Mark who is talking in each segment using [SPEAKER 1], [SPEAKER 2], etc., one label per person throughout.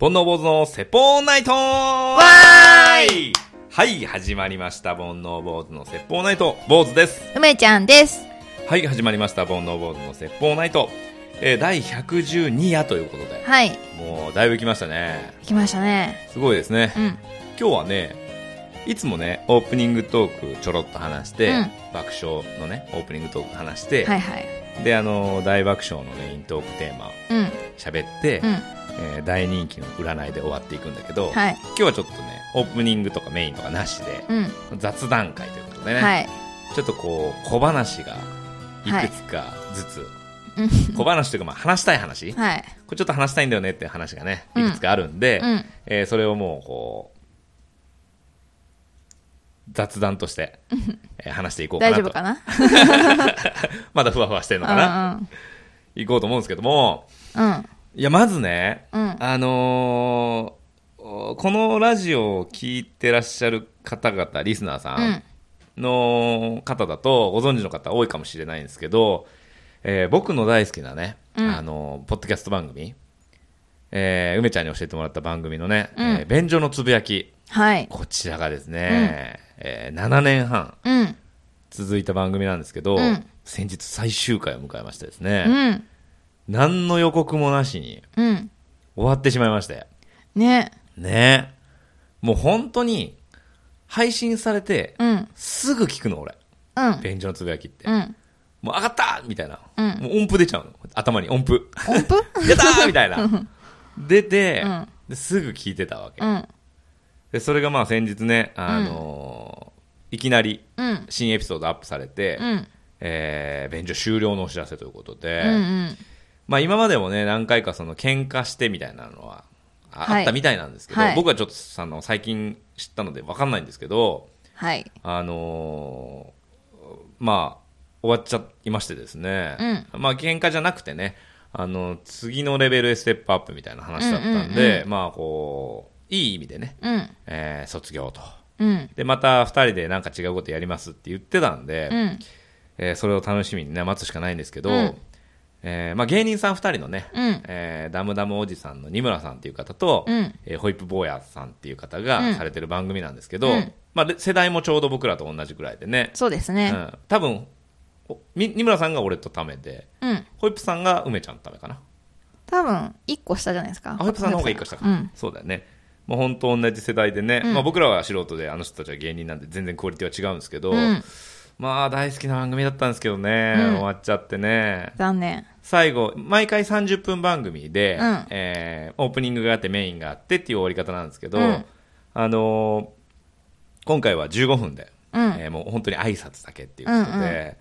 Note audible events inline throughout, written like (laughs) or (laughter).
[SPEAKER 1] 煩悩坊主の説法ナイトわ
[SPEAKER 2] ー
[SPEAKER 1] いはい、始まりました。煩悩坊主の説法ナイト。坊主です。
[SPEAKER 2] 梅ちゃんです。
[SPEAKER 1] はい、始まりました。煩悩坊主の説法ナイト。えー、第112夜ということで、
[SPEAKER 2] はい。
[SPEAKER 1] もうだいぶ来ましたね。
[SPEAKER 2] 来ましたね。
[SPEAKER 1] すごいですね
[SPEAKER 2] う。ん。
[SPEAKER 1] 今日はね、いつもね、オープニングトークちょろっと話して、
[SPEAKER 2] うん
[SPEAKER 1] 爆笑のね、オープニングトーク話して、
[SPEAKER 2] はいはい。
[SPEAKER 1] で、あの、大爆笑のメイントークテーマ
[SPEAKER 2] うん。
[SPEAKER 1] 喋って、
[SPEAKER 2] うん。
[SPEAKER 1] えー大人気の占いで終わっていくんだけど、
[SPEAKER 2] はい。
[SPEAKER 1] 今日はちょっとねオープニングとかメインとかなしで
[SPEAKER 2] うん。
[SPEAKER 1] 雑談会ということでね、
[SPEAKER 2] はい。
[SPEAKER 1] ちょっとこう小話がいくつかずつ、
[SPEAKER 2] うん。
[SPEAKER 1] 小話というかまあ話したい話、こ
[SPEAKER 2] はい。
[SPEAKER 1] れちょっと話したいんだよねっていう話がね
[SPEAKER 2] う
[SPEAKER 1] い
[SPEAKER 2] ん
[SPEAKER 1] くつかあるんで、
[SPEAKER 2] うん。
[SPEAKER 1] えーそれをもうこう雑談として、えー話していこうか
[SPEAKER 2] 大
[SPEAKER 1] な
[SPEAKER 2] 丈
[SPEAKER 1] と
[SPEAKER 2] 夫かな
[SPEAKER 1] まだふわふわしてるのかな、いこうと思うんですけども
[SPEAKER 2] うんうん。
[SPEAKER 1] いやまずね、
[SPEAKER 2] うん
[SPEAKER 1] あのーおこのラジオを聞いてらっしゃる方々リスナーさ
[SPEAKER 2] うん。うん
[SPEAKER 1] ん。の方だとご存知の方多いかもしれないんですけど、えー僕の大好きなね、
[SPEAKER 2] うん
[SPEAKER 1] あのーポッドキャスト番組、えー梅ちゃんに教えてもらった番組のね「
[SPEAKER 2] うん
[SPEAKER 1] えー便所のつぶやき
[SPEAKER 2] はい」。
[SPEAKER 1] こちらがですね、えー7年半
[SPEAKER 2] うん。
[SPEAKER 1] 続いた番組なんですけど、
[SPEAKER 2] うん
[SPEAKER 1] 先日最終回を迎えましてですね、
[SPEAKER 2] うん。
[SPEAKER 1] 何の予告もなしに
[SPEAKER 2] うん。
[SPEAKER 1] 終わってしまいまして。
[SPEAKER 2] ね。
[SPEAKER 1] ねもう本当に、配信されて、
[SPEAKER 2] うん。
[SPEAKER 1] すぐ聞くの、俺。
[SPEAKER 2] うん。
[SPEAKER 1] 便所のつぶやきって。
[SPEAKER 2] うん。
[SPEAKER 1] もう上がったみたいな。
[SPEAKER 2] うん
[SPEAKER 1] もう音符出ちゃうの。頭に音符。
[SPEAKER 2] 音符
[SPEAKER 1] 出た
[SPEAKER 2] (laughs)
[SPEAKER 1] ーみたいな。出て、
[SPEAKER 2] うん
[SPEAKER 1] ですぐ聞いてたわけ
[SPEAKER 2] う。ん。
[SPEAKER 1] で、それがまあ先日ね、あのーいきなり
[SPEAKER 2] うん。
[SPEAKER 1] 新エピソードアップされて、
[SPEAKER 2] うん。
[SPEAKER 1] えー、便所終了のお知らせということで、
[SPEAKER 2] うん。うん。
[SPEAKER 1] まあ今までもね、何回かその喧嘩してみたいなのはあ,、
[SPEAKER 2] はい
[SPEAKER 1] あったみたいなんですけど、
[SPEAKER 2] はい
[SPEAKER 1] 僕はちょっとあの最近知ったので分かんないんですけど、
[SPEAKER 2] はい。
[SPEAKER 1] あのーまあ終わっちゃいましてですね、まあ喧嘩じゃなくてね、あの次のレベルへステップアップみたいな話だったんで、まあこう、いい意味でね、
[SPEAKER 2] うん。
[SPEAKER 1] えー卒業と。
[SPEAKER 2] うん。
[SPEAKER 1] で、また二人でなんか違うことやりますって言ってたんで、
[SPEAKER 2] うん。
[SPEAKER 1] えーそれを楽しみにね、待つしかないんですけど、
[SPEAKER 2] うん
[SPEAKER 1] えーまあ、芸人さん2人のね、
[SPEAKER 2] うん
[SPEAKER 1] えーダムダムおじさんの二村さんっていう方と、
[SPEAKER 2] うん
[SPEAKER 1] えーホイップ坊やさんっていう方がされてる番組なんですけど、
[SPEAKER 2] うん
[SPEAKER 1] まあ、で世代もちょうど僕らと同じくらいでね、
[SPEAKER 2] そうです
[SPEAKER 1] う
[SPEAKER 2] ね。
[SPEAKER 1] ん、多分おみ二村さんが俺とためで
[SPEAKER 2] うん。
[SPEAKER 1] ホイップさんが梅ちゃんのためかな
[SPEAKER 2] 多分、一個下じゃないですか。
[SPEAKER 1] あホイップさんの方が1個したか、
[SPEAKER 2] うん。
[SPEAKER 1] そうだよねもう本当同じ世代でね、
[SPEAKER 2] うん
[SPEAKER 1] まあ、僕らは素人であの人たちは芸人なんで全然クオリティは違うんですけど、
[SPEAKER 2] うん。
[SPEAKER 1] まあ大好きな番組だったんですけどね、
[SPEAKER 2] うん
[SPEAKER 1] 終わっちゃってね
[SPEAKER 2] 残念。
[SPEAKER 1] 最後毎回30分番組で、
[SPEAKER 2] うん
[SPEAKER 1] えーオープニングがあってメインがあってっていう終わり方なんですけど、
[SPEAKER 2] うん
[SPEAKER 1] あのー今回は15分で、
[SPEAKER 2] うん
[SPEAKER 1] えーもう本当に挨拶だけっていうことで、
[SPEAKER 2] うんうん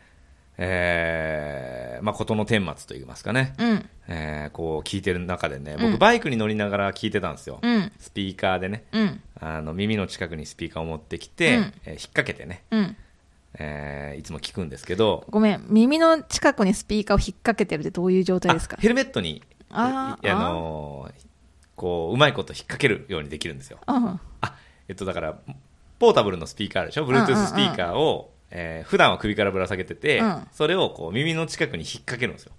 [SPEAKER 1] えーまあ、事の顛末といいますかね、
[SPEAKER 2] うん。
[SPEAKER 1] えーこう聞いてる中でね
[SPEAKER 2] う
[SPEAKER 1] 僕
[SPEAKER 2] ん
[SPEAKER 1] バイクに乗りながら聞いてたんですよ、
[SPEAKER 2] うん。
[SPEAKER 1] スピーカーでね
[SPEAKER 2] うん。
[SPEAKER 1] あの耳の近くにスピーカーを持ってきて、
[SPEAKER 2] うん
[SPEAKER 1] えー引っ掛けてね、
[SPEAKER 2] うん。
[SPEAKER 1] えーいつも聞くんですけど
[SPEAKER 2] ごめん、耳の近くにスピーカーを引っ掛けてるってどういう状態ですか
[SPEAKER 1] あヘルメットに
[SPEAKER 2] あー
[SPEAKER 1] いあのーこううまいこと引っ掛けるようにできるんですよ
[SPEAKER 2] うん。
[SPEAKER 1] あえっとだからポータブルのスピーカーあるでしょ Bluetooth スピーカーを、えー普段は首からぶら下げてて、
[SPEAKER 2] うん
[SPEAKER 1] それをこう耳の近くに引っ掛けるんですよ、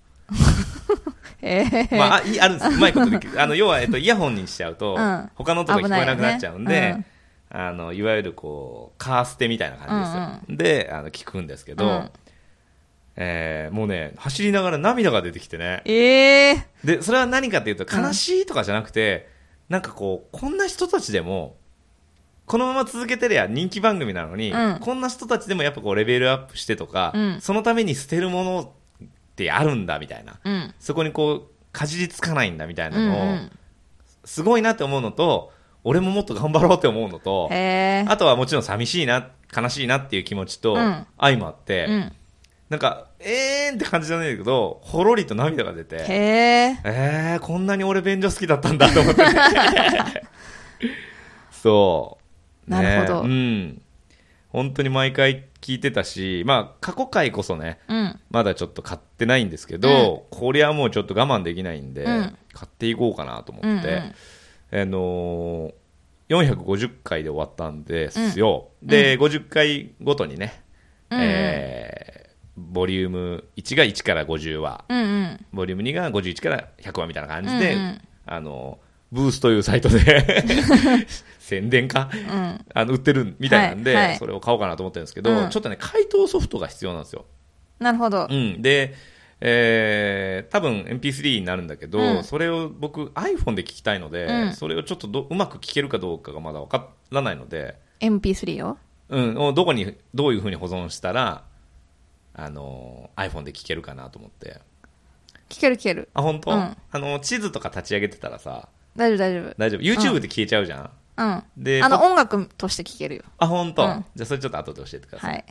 [SPEAKER 2] ええ
[SPEAKER 1] まあ、あいあるんですようまいことでき
[SPEAKER 2] (laughs)
[SPEAKER 1] るあの要は、えっと、イヤホンにしちゃうと、
[SPEAKER 2] うん
[SPEAKER 1] 他の音が聞こえなくなっちゃうんで
[SPEAKER 2] 危
[SPEAKER 1] い,、
[SPEAKER 2] ないよね
[SPEAKER 1] あのいわゆるこうカーステみたいな感じですよ、であの聞くんですけど、
[SPEAKER 2] うん
[SPEAKER 1] えーもうね走りながら涙が出てきてね
[SPEAKER 2] ええ
[SPEAKER 1] でそれは何かっていうと悲しいとかじゃなくて、なんかこうこんな人たちでもこのまま続けてりゃ人気番組なのに、
[SPEAKER 2] うん
[SPEAKER 1] こんな人たちでもやっぱこうレベルアップしてとか、
[SPEAKER 2] うん
[SPEAKER 1] そのために捨てるものってあるんだみたいな
[SPEAKER 2] うん。
[SPEAKER 1] そこにこうかじりつかないんだみたいな
[SPEAKER 2] うん
[SPEAKER 1] のを、すごいなって思うのと俺ももっと頑張ろうって思うの
[SPEAKER 2] う
[SPEAKER 1] と
[SPEAKER 2] ん。ええ
[SPEAKER 1] あとはもちろん寂しいな悲しいなっていう気持ちと
[SPEAKER 2] うん
[SPEAKER 1] 相まって、
[SPEAKER 2] うん。
[SPEAKER 1] なんかえーんって感じじゃないけどほろりと涙が出て。
[SPEAKER 2] へえ。
[SPEAKER 1] えー、こんなに俺便所好きだったんだと思
[SPEAKER 2] (laughs)
[SPEAKER 1] って、そう、ね
[SPEAKER 2] なるほど
[SPEAKER 1] うん、本当に毎回聞いてたし、まあ、過去回こそね
[SPEAKER 2] うん。
[SPEAKER 1] まだちょっと買ってないんですけど、こりゃもうちょっと我慢できないんで、
[SPEAKER 2] うん
[SPEAKER 1] 買っていこうかなと思って、
[SPEAKER 2] うんうん
[SPEAKER 1] あのー、450回で終わったんですよ、で、50回ごとにね、
[SPEAKER 2] うんうん
[SPEAKER 1] えーボリューム1が1から50話
[SPEAKER 2] うんうん。
[SPEAKER 1] ボリューム2が51から100話みたいな感じで、
[SPEAKER 2] うんうん
[SPEAKER 1] あのブースというサイト
[SPEAKER 2] (laughs)
[SPEAKER 1] で宣伝か、
[SPEAKER 2] うん。
[SPEAKER 1] あの売ってるみたいなんで、
[SPEAKER 2] はいはい
[SPEAKER 1] それを買おうかなと思ってるんですけど、
[SPEAKER 2] うん
[SPEAKER 1] ちょっとね、解凍ソフトが必要なんですよ。
[SPEAKER 2] なるほど
[SPEAKER 1] う。ん、で、えー、多分 MP3 になるんだけど、
[SPEAKER 2] うん
[SPEAKER 1] それを僕 iPhone で聞きたいので、
[SPEAKER 2] うん
[SPEAKER 1] それをちょっとどうまく聞けるかどうかがまだわからないので、
[SPEAKER 2] MP3 を
[SPEAKER 1] うん、どこに、どういうふうに保存したら、あの、iPhone で聞けるかなと思って。
[SPEAKER 2] 聞ける聞ける。
[SPEAKER 1] あ、本当、
[SPEAKER 2] うん
[SPEAKER 1] あの、地図とか立ち上げてたらさ、
[SPEAKER 2] 大丈夫大丈夫。
[SPEAKER 1] 大丈夫 ?YouTube で消えちゃうじゃん、
[SPEAKER 2] うん。
[SPEAKER 1] で
[SPEAKER 2] あの
[SPEAKER 1] こ
[SPEAKER 2] 音楽として聞けるよ。
[SPEAKER 1] あ、本当、
[SPEAKER 2] うん
[SPEAKER 1] じゃあそれちょっと後で教えてください。
[SPEAKER 2] はい。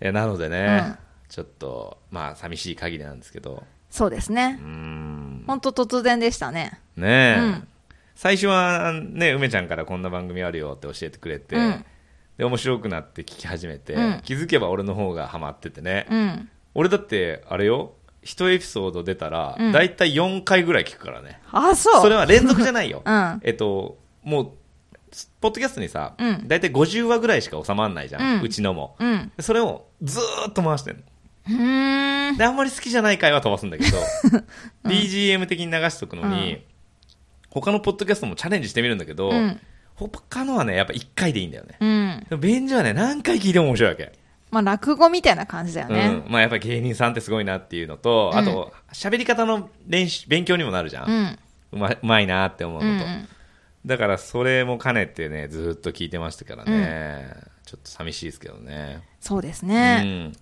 [SPEAKER 1] えなのでね、
[SPEAKER 2] うん
[SPEAKER 1] ちょっと、まあ、寂しい限りなんですけど、
[SPEAKER 2] そうですね
[SPEAKER 1] う。ーん、
[SPEAKER 2] ほんと突然でしたね。
[SPEAKER 1] ねえ、
[SPEAKER 2] うん
[SPEAKER 1] 最初はね、梅ちゃんからこんな番組あるよって教えてくれて、
[SPEAKER 2] うん
[SPEAKER 1] で、面白くなって聞き始めて、
[SPEAKER 2] うん
[SPEAKER 1] 気づけば俺の方がハマっててね、
[SPEAKER 2] うん。
[SPEAKER 1] 俺だって、あれよ、一エピソード出たら、
[SPEAKER 2] うん
[SPEAKER 1] だいたい4回ぐらい聞くからね。
[SPEAKER 2] あ、そう。
[SPEAKER 1] それは連続じゃないよ。
[SPEAKER 2] (laughs) うん
[SPEAKER 1] えっと、もう、ポッドキャストにさ、
[SPEAKER 2] うん
[SPEAKER 1] だいたい50話ぐらいしか収まんないじゃん、う
[SPEAKER 2] うん
[SPEAKER 1] ちのも。
[SPEAKER 2] うん。
[SPEAKER 1] それをずーっと回してんの。
[SPEAKER 2] うーん。
[SPEAKER 1] で、あんまり好きじゃない回は飛ばすんだけ
[SPEAKER 2] (laughs)
[SPEAKER 1] ど、BGM 的に流しとくのに、
[SPEAKER 2] うん
[SPEAKER 1] 他のポッドキャストもチャレンジしてみるんだけど、
[SPEAKER 2] うん
[SPEAKER 1] 他のはね、やっぱ1回でいいんだよね。
[SPEAKER 2] うん。
[SPEAKER 1] でもベンジはね、何回聞いても面白いわけ。
[SPEAKER 2] まあ、落語みたいな感じだよね。
[SPEAKER 1] うん。まあやっぱ芸人さんってすごいなっていうのと、あと、喋り方の練習、勉強にもなるじゃん。
[SPEAKER 2] うん。うん。
[SPEAKER 1] うまうまいなって思う
[SPEAKER 2] う
[SPEAKER 1] のと。
[SPEAKER 2] ん。
[SPEAKER 1] だからそれも兼ねてね、ずーっと聞いてましたからね。ちょっと寂しいですけどね。
[SPEAKER 2] そうです
[SPEAKER 1] う
[SPEAKER 2] ね。
[SPEAKER 1] ん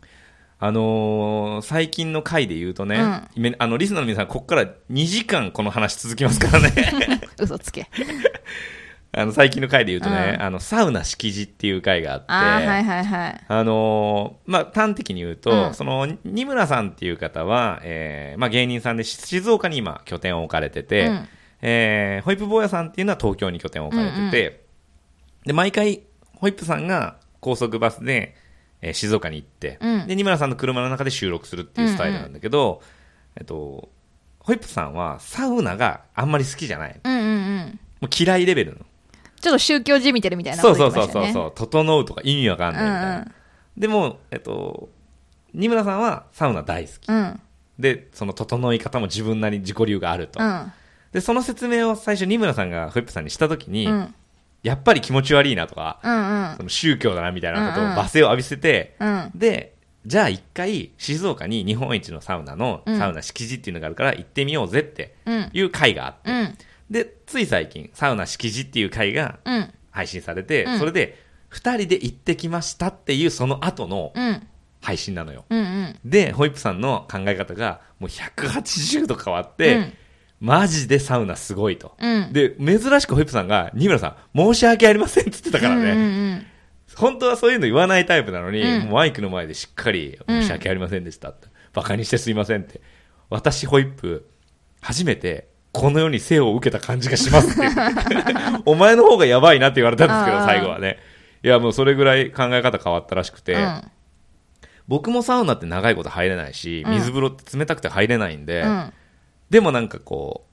[SPEAKER 1] あのー最近の回で言うとね、
[SPEAKER 2] う
[SPEAKER 1] めあのリスナーの皆さん、ここから2時間この話続きますから
[SPEAKER 2] (laughs)
[SPEAKER 1] ね。
[SPEAKER 2] 嘘つけ。
[SPEAKER 1] あの最近の回で言うとね、
[SPEAKER 2] うん
[SPEAKER 1] あのサウナ敷地っていう回があって、
[SPEAKER 2] ああ、はいはいはい。
[SPEAKER 1] あのーまあ、端的に言うと、
[SPEAKER 2] うん
[SPEAKER 1] その、二村さんっていう方は、えーまあ、芸人さんでし静岡に今拠点を置かれてて、
[SPEAKER 2] うん
[SPEAKER 1] えーホイップ坊やさんっていうのは東京に拠点を置かれてて、
[SPEAKER 2] うんうん
[SPEAKER 1] で、毎回、ホイップさんが高速バスで、えー静岡に行って、
[SPEAKER 2] うん
[SPEAKER 1] で、二村さんの車の中で収録するっていうスタイルなんだけど、えっと、ホイップさんはサウナがあんまり好きじゃない。
[SPEAKER 2] うんうんうん。
[SPEAKER 1] もう嫌いレベルの。
[SPEAKER 2] ちょっと宗教じみてるみたいな
[SPEAKER 1] そ
[SPEAKER 2] こ
[SPEAKER 1] う
[SPEAKER 2] と言
[SPEAKER 1] そ
[SPEAKER 2] っ
[SPEAKER 1] う
[SPEAKER 2] てま
[SPEAKER 1] そう
[SPEAKER 2] した
[SPEAKER 1] そ
[SPEAKER 2] よ
[SPEAKER 1] う
[SPEAKER 2] ね。
[SPEAKER 1] そう、整うとか意味わかんないみたいな。でも、えっと、二村さんはサウナ大好き。
[SPEAKER 2] うんうん。うん。
[SPEAKER 1] で、その整い方も自分なりに自己流があると。
[SPEAKER 2] うん。
[SPEAKER 1] で、その説明を最初二村さんがフップさんにしたときに、
[SPEAKER 2] うん。
[SPEAKER 1] やっぱり気持ち悪いなとか、
[SPEAKER 2] うん
[SPEAKER 1] その宗教だなみたいなことを
[SPEAKER 2] うんうん
[SPEAKER 1] 罵声を浴びせて、
[SPEAKER 2] うん。うん。
[SPEAKER 1] で、じゃあ一回静岡に日本一のサウナの
[SPEAKER 2] うん
[SPEAKER 1] サウナ敷地っていうのがあるから行ってみようぜって
[SPEAKER 2] うん。
[SPEAKER 1] いう回があって、
[SPEAKER 2] うん。
[SPEAKER 1] で、つい最近サウナ敷地っていう回が
[SPEAKER 2] うん。
[SPEAKER 1] 配信されて、
[SPEAKER 2] うん
[SPEAKER 1] それで二人で行ってきましたっていうその後の
[SPEAKER 2] うん。
[SPEAKER 1] 配信なのよ。
[SPEAKER 2] うん。うん。
[SPEAKER 1] で、ホイップさんの考え方がもう180度変わって、
[SPEAKER 2] うん
[SPEAKER 1] マジでサウナすごいと。
[SPEAKER 2] うん。
[SPEAKER 1] で、珍しくホイップさんが、二村さん、申し訳ありませんって言ってたからね、
[SPEAKER 2] うんうん
[SPEAKER 1] 本当はそういうの言わないタイプなのに、
[SPEAKER 2] うん
[SPEAKER 1] もうマイクの前でしっかり、申し訳ありませんでしたって、バカにしてすいませんって。私、ホイップ、初めて、この世に生を受けた感じがしますって言って。
[SPEAKER 2] (laughs)
[SPEAKER 1] お前の方がやばいなって言われたんですけ
[SPEAKER 2] あ
[SPEAKER 1] ど、
[SPEAKER 2] ー
[SPEAKER 1] 最後はね。いや、もうそれぐらい考え方変わったらしくて、
[SPEAKER 2] うん。うん
[SPEAKER 1] 僕もサウナって長いこと入れないし、
[SPEAKER 2] うん
[SPEAKER 1] 水風呂って冷たくて入れないんで、
[SPEAKER 2] うん。
[SPEAKER 1] でもなんかこ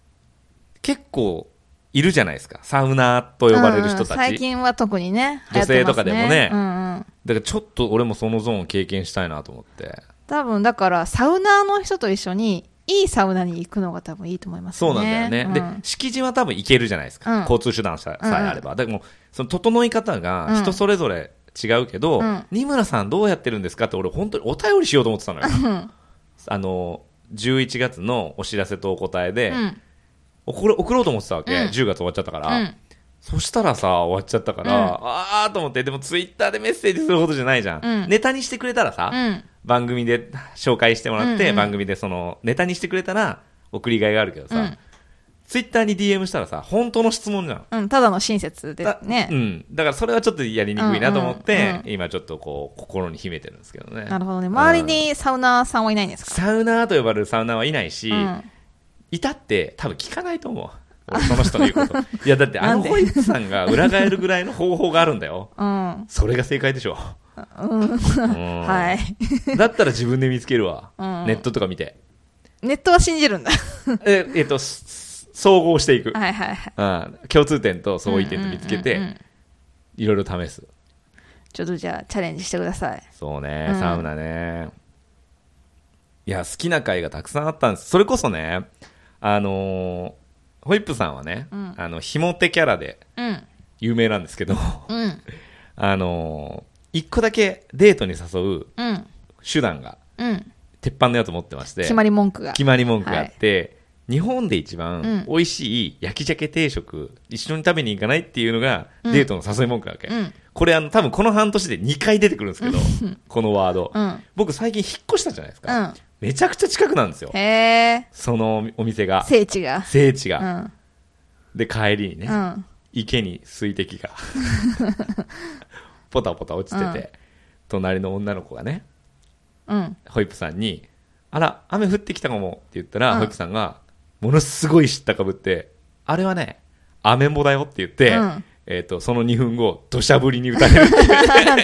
[SPEAKER 1] う、結構いるじゃないですか。サウナーと呼ばれる人たち。
[SPEAKER 2] うん最近は特にね。
[SPEAKER 1] 女性とかでもね
[SPEAKER 2] 流行ってますうんうん。
[SPEAKER 1] だからちょっと俺もそのゾーンを経験したいなと思って。
[SPEAKER 2] 多分だからサウナーの人と一緒にいいサウナに行くのが多分いいと思いますね
[SPEAKER 1] そうなんだよね。
[SPEAKER 2] うん
[SPEAKER 1] で、敷地は多分行けるじゃないですか。
[SPEAKER 2] うん
[SPEAKER 1] 交通手段ささえあれば。でも、その整い方が人それぞれ違うけど、
[SPEAKER 2] うん
[SPEAKER 1] 二村さんどうやってるんですかって俺本当にお便りしようと思ってたのよ。 (laughs) あの、11月のお知らせとお答えで、
[SPEAKER 2] うん
[SPEAKER 1] 送ろ送ろうと思ってたわけ。
[SPEAKER 2] うん
[SPEAKER 1] 10月終わっちゃったから。
[SPEAKER 2] うん
[SPEAKER 1] そしたらさ、終わっちゃったから、
[SPEAKER 2] うん
[SPEAKER 1] あーと思って、でもツイッターでメッセージするほどじゃないじゃん。
[SPEAKER 2] うん
[SPEAKER 1] ネタにしてくれたらさ、
[SPEAKER 2] うん
[SPEAKER 1] 番組で紹介してもらって、
[SPEAKER 2] うんうん
[SPEAKER 1] 番組でその、ネタにしてくれたら、送りがいがあるけどさ、
[SPEAKER 2] うん
[SPEAKER 1] ツイッターに DM したらさ、本当の質問じゃん。
[SPEAKER 2] うんただの親切で
[SPEAKER 1] だう
[SPEAKER 2] ね、
[SPEAKER 1] ん。だからそれはちょっとやりにくいなと思って、
[SPEAKER 2] うんうんう
[SPEAKER 1] 今ちょっとこう、心に秘めてるんですけどね。
[SPEAKER 2] なるほどね周りにサウナーさんはいないんですか、
[SPEAKER 1] サウナーと呼ばれるサウナーはいないし、
[SPEAKER 2] うん
[SPEAKER 1] いたって多分聞かないと思う。俺その人の言うこと。
[SPEAKER 2] (laughs)
[SPEAKER 1] いや、だってあのホイップさんが裏返るぐらいの方法があるんだ
[SPEAKER 2] (laughs)
[SPEAKER 1] よ。
[SPEAKER 2] うん、
[SPEAKER 1] それが正解でしょ。うん
[SPEAKER 2] はい。
[SPEAKER 1] だったら自分で見つけるわ。
[SPEAKER 2] うん
[SPEAKER 1] ネットとか見て。
[SPEAKER 2] ネットは信じるんだ
[SPEAKER 1] え、えっと、す総合していく。
[SPEAKER 2] はいはいはい
[SPEAKER 1] うん共通点と相違点と見つけ
[SPEAKER 2] うんうんうんう
[SPEAKER 1] て
[SPEAKER 2] ん、
[SPEAKER 1] いろいろ試す。
[SPEAKER 2] ちょっとじゃあチャレンジしてください
[SPEAKER 1] そうね、サウナね。いや、好きな回がたくさんあったんです。それこそね、あのーホイップさんはね、
[SPEAKER 2] うん
[SPEAKER 1] あの、ひもてキャラで
[SPEAKER 2] うん。
[SPEAKER 1] 有名なんですけど、 (laughs)
[SPEAKER 2] うん。
[SPEAKER 1] あのー一個だけデートに誘う
[SPEAKER 2] うん。
[SPEAKER 1] 手段が、
[SPEAKER 2] うん。
[SPEAKER 1] 鉄板のやつ持ってまして、
[SPEAKER 2] 決まり文句が。
[SPEAKER 1] 決まり文句があって、日本で一番
[SPEAKER 2] うん
[SPEAKER 1] 美味しい焼き鮭定食、一緒に食べに行かないっていうのが、
[SPEAKER 2] うん
[SPEAKER 1] デートの誘い文句なわけ。
[SPEAKER 2] うん。
[SPEAKER 1] これあの、多分この半年で2回出てくるんですけど、このワード。
[SPEAKER 2] うん。
[SPEAKER 1] 僕最近引っ越したじゃないです
[SPEAKER 2] う
[SPEAKER 1] か。
[SPEAKER 2] ん。
[SPEAKER 1] めちゃくちゃ近くなんですよ。
[SPEAKER 2] へえ。
[SPEAKER 1] そのお店が。
[SPEAKER 2] 聖地が。
[SPEAKER 1] 聖地
[SPEAKER 2] う
[SPEAKER 1] が。
[SPEAKER 2] ん。
[SPEAKER 1] で、帰りにね
[SPEAKER 2] う、ん。
[SPEAKER 1] 池に水滴
[SPEAKER 2] (laughs)
[SPEAKER 1] がポタポタ落ちてて、
[SPEAKER 2] うん
[SPEAKER 1] 隣の女の子がね
[SPEAKER 2] うん。 (laughs)
[SPEAKER 1] ホイップさんに「あら雨降ってきたかも」って言ったら、
[SPEAKER 2] うん
[SPEAKER 1] ホイップさんがものすごい知ったかぶって「あれはね雨もだよ」って言って、
[SPEAKER 2] うん
[SPEAKER 1] えー、とその2分後土砂降りに打たれるっていう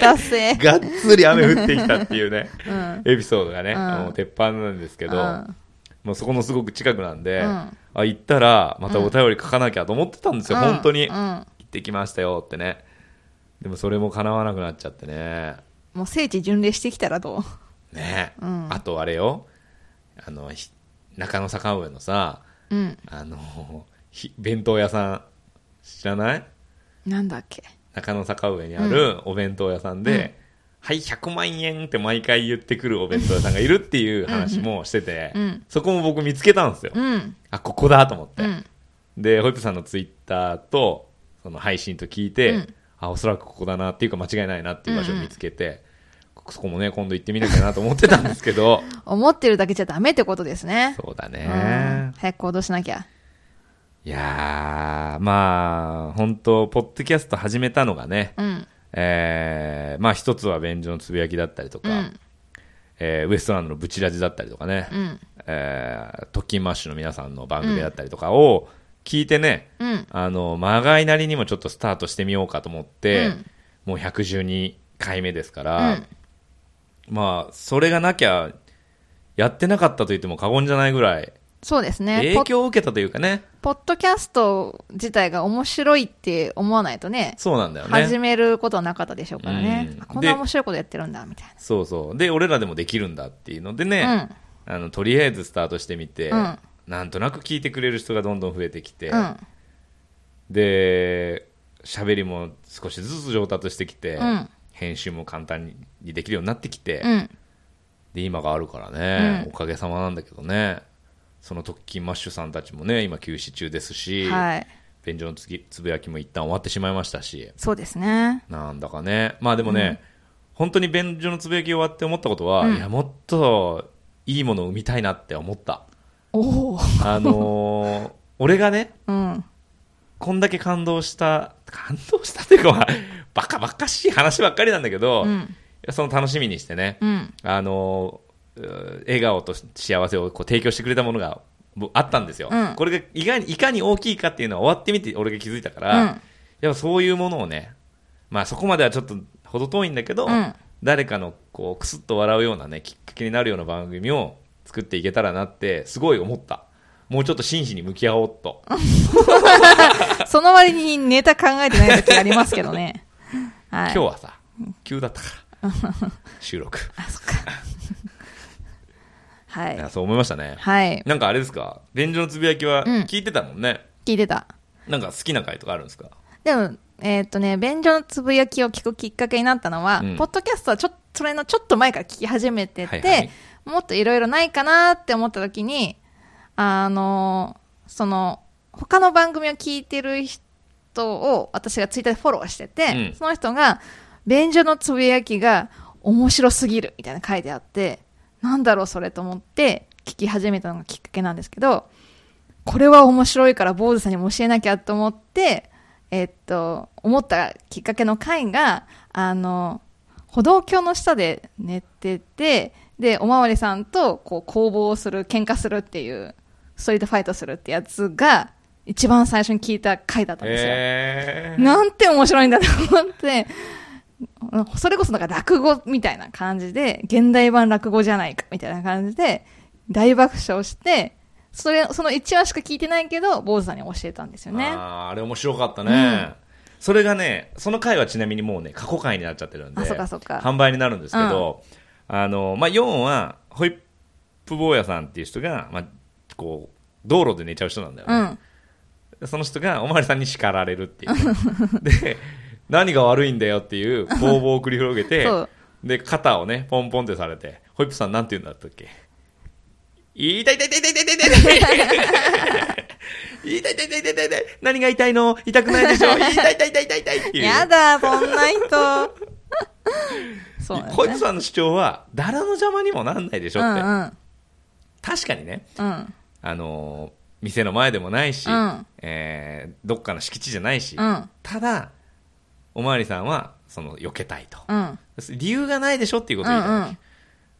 [SPEAKER 2] 達 (laughs) 成。
[SPEAKER 1] がっつり雨降ってきたっていうね
[SPEAKER 2] うん。
[SPEAKER 1] エピソードがね、
[SPEAKER 2] うん
[SPEAKER 1] もう鉄板なんですけど、
[SPEAKER 2] うん
[SPEAKER 1] もうそこのすごく近くなんで、
[SPEAKER 2] うん
[SPEAKER 1] あ行ったらまたお便り書かなきゃと思ってたんですよ、本当に。
[SPEAKER 2] うんうん。
[SPEAKER 1] 行ってきましたよってねでもそれも叶わなくなっちゃってね
[SPEAKER 2] もう聖地巡礼してきたらどう
[SPEAKER 1] ね、
[SPEAKER 2] うん
[SPEAKER 1] あとあれよあのひ中野坂上のさ
[SPEAKER 2] うん。
[SPEAKER 1] あのひ弁当屋さん知らない
[SPEAKER 2] なんだっけ。
[SPEAKER 1] 中野坂上にあるお弁当屋さんで、はい100万円って毎回言ってくるお弁当屋さんがいるっていう話もしてて、
[SPEAKER 2] うん
[SPEAKER 1] そこも僕見つけたんですよ、
[SPEAKER 2] うん。
[SPEAKER 1] あここだと思って、
[SPEAKER 2] うん。
[SPEAKER 1] でホイップさんのツイッターとその配信と聞いて、
[SPEAKER 2] うん
[SPEAKER 1] あおそらくここだなっていうか間違いないなっていう場所を見つけて、こそこもね今度行ってみなきゃなと思ってたんですけ
[SPEAKER 2] (laughs)
[SPEAKER 1] ど
[SPEAKER 2] 思ってるだけじゃダメってことですね。
[SPEAKER 1] そうだ
[SPEAKER 2] う
[SPEAKER 1] ね
[SPEAKER 2] ん。早く行動しなきゃ。
[SPEAKER 1] いやーまあ本当ポッドキャスト始めたのがね、
[SPEAKER 2] うん。
[SPEAKER 1] えーまあ一つは便所のつぶやきだったりとか、
[SPEAKER 2] うん。
[SPEAKER 1] えーウエストランドのブチラジだったりとかね、
[SPEAKER 2] うん。
[SPEAKER 1] えートッキンマッシュの皆さんの番組だったりとかを聞いてね、
[SPEAKER 2] うん。
[SPEAKER 1] あの、まがいなりにもちょっとスタートしてみようかと思って、
[SPEAKER 2] うん
[SPEAKER 1] もう112回目ですか
[SPEAKER 2] う
[SPEAKER 1] ら、
[SPEAKER 2] ん。
[SPEAKER 1] まあ、それがなきゃ、やってなかったと言っても過言じゃないぐらい、
[SPEAKER 2] そうですね。ポ
[SPEAKER 1] 影響を受けたというかね、
[SPEAKER 2] ポッドキャスト自体が面白いって思わないとね、
[SPEAKER 1] そうなんだよ
[SPEAKER 2] 始
[SPEAKER 1] ね。
[SPEAKER 2] めることはなかったでしょうからね
[SPEAKER 1] うん。
[SPEAKER 2] あこんな面白いことやってるんだ、みたい
[SPEAKER 1] そうそう。で、俺らでもできるんだっていうので
[SPEAKER 2] な。う
[SPEAKER 1] ね、
[SPEAKER 2] ん。
[SPEAKER 1] あの、とりあえずスタートしてみて、
[SPEAKER 2] うん
[SPEAKER 1] なんとなく聞いてくれる人がどんどん増えてきて、
[SPEAKER 2] うん。
[SPEAKER 1] で、喋りも少しずつ上達してきて、
[SPEAKER 2] うん
[SPEAKER 1] 編集も簡単にできるようになってきて、
[SPEAKER 2] うん。
[SPEAKER 1] で今があるからね、
[SPEAKER 2] うん
[SPEAKER 1] おかげさまなんだけどねその特勤マッシュさんたちもね今休止中ですし、
[SPEAKER 2] はい。
[SPEAKER 1] 便所のつぎつぶやきも一旦終わってしまいましたし
[SPEAKER 2] そうですね。
[SPEAKER 1] なんだかねまあでもね、本当に便所のつぶやき終わって思ったことは、いやもっといいものを生みたいなって思った
[SPEAKER 2] おお。
[SPEAKER 1] あのー (laughs) 俺がね
[SPEAKER 2] うん。
[SPEAKER 1] こんだけ感動した感動したっていうかまあバカバカしい話ばっかりなんだけど、
[SPEAKER 2] う
[SPEAKER 1] い
[SPEAKER 2] ん。
[SPEAKER 1] やその楽しみにしてね、
[SPEAKER 2] うん。
[SPEAKER 1] あのうー笑顔と幸せをこう提供してくれたものがぼあったんですよ、
[SPEAKER 2] うん
[SPEAKER 1] これがいかにいかに大きいかっていうのは終わってみて俺が気づいたから、
[SPEAKER 2] うん
[SPEAKER 1] やっぱそういうものをね、まあ、そこまではちょっと程遠いんだけど、
[SPEAKER 2] うん
[SPEAKER 1] 誰かのこうクスッと笑うような、ね、きっかけになるような番組を作っていけたらなってすごい思ったもうちょっと真摯に向き合おうと
[SPEAKER 2] その割にネタ考えてない時ありますけどね。は
[SPEAKER 1] (laughs)
[SPEAKER 2] い。
[SPEAKER 1] 今日はさ急だったから
[SPEAKER 2] (laughs)
[SPEAKER 1] 収録
[SPEAKER 2] あ、そっか。はいい
[SPEAKER 1] や。そう思いましたね
[SPEAKER 2] はい。
[SPEAKER 1] なんかあれですか便所のつぶやきは
[SPEAKER 2] うん
[SPEAKER 1] 聞いてたもんね、
[SPEAKER 2] 聞いてた。
[SPEAKER 1] なんか好きな回とかあるんですか
[SPEAKER 2] でも、えーっとね、便所のつぶやきを聞くきっかけになったのは、
[SPEAKER 1] うん
[SPEAKER 2] ポッドキャストはちょっとそれのちょっと前から聞き始めてて、
[SPEAKER 1] はいはい
[SPEAKER 2] もっといろいろないかなって思った時に、あのーその、他の番組を聞いてる人を私がツイッターでフォローしてて、
[SPEAKER 1] うん
[SPEAKER 2] その人が、便所のつぶやきが面白すぎるみたいな書いてあって、なんだろうそれと思って聞き始めたのがきっかけなんですけど、これは面白いから坊主さんにも教えなきゃと思って、えっと、思ったきっかけの回が、あの、歩道橋の下で寝てて、で、おまわりさんとこう攻防をする、喧嘩するっていう、ストリートファイトするってやつが、一番最初に聞いた回だったんですよ。
[SPEAKER 1] えー、
[SPEAKER 2] なんて面白いんだと思って、それこそなんか落語みたいな感じで、現代版落語じゃないかみたいな感じで、大爆笑して、それ、その1話しか聞いてないけど、坊主さんに教えたんですよね。あ
[SPEAKER 1] あーあれ面白かったね、
[SPEAKER 2] うん
[SPEAKER 1] それがねその回はちなみにもうね過去回になっちゃってるんで
[SPEAKER 2] そっかそっか。
[SPEAKER 1] 販売になるんですけど、あのまあ、4はホイップ坊やさんっていう人が、まあ、こう道路で寝ちゃう人なんだよ
[SPEAKER 2] う
[SPEAKER 1] ね、
[SPEAKER 2] ん。
[SPEAKER 1] でその人がお巡りさんに叱られるっていうで何が悪いんだよっていう攻防を繰り広げて
[SPEAKER 2] そう
[SPEAKER 1] で肩をねポンポンってされてホイップさんなんて言うんだったっけ痛い痛い痛い痛い痛い痛い痛い痛い痛い痛い痛い痛い痛い何が痛いの痛くないでしょ痛い痛い痛い痛い痛いっていう
[SPEAKER 2] やだ、そんな
[SPEAKER 1] (laughs)
[SPEAKER 2] 人。そうなんだ
[SPEAKER 1] ホイッ
[SPEAKER 2] ね
[SPEAKER 1] プさんの主張は誰の邪魔にもなんないでしょって、確かにね
[SPEAKER 2] うんうん。うん。
[SPEAKER 1] あのー店の前でもないし、
[SPEAKER 2] うん
[SPEAKER 1] えーどっかの敷地じゃないし、
[SPEAKER 2] うん
[SPEAKER 1] ただおまわりさんはその避けたいと、
[SPEAKER 2] うん。
[SPEAKER 1] 理由がないでしょっていうことを言いたいわけ、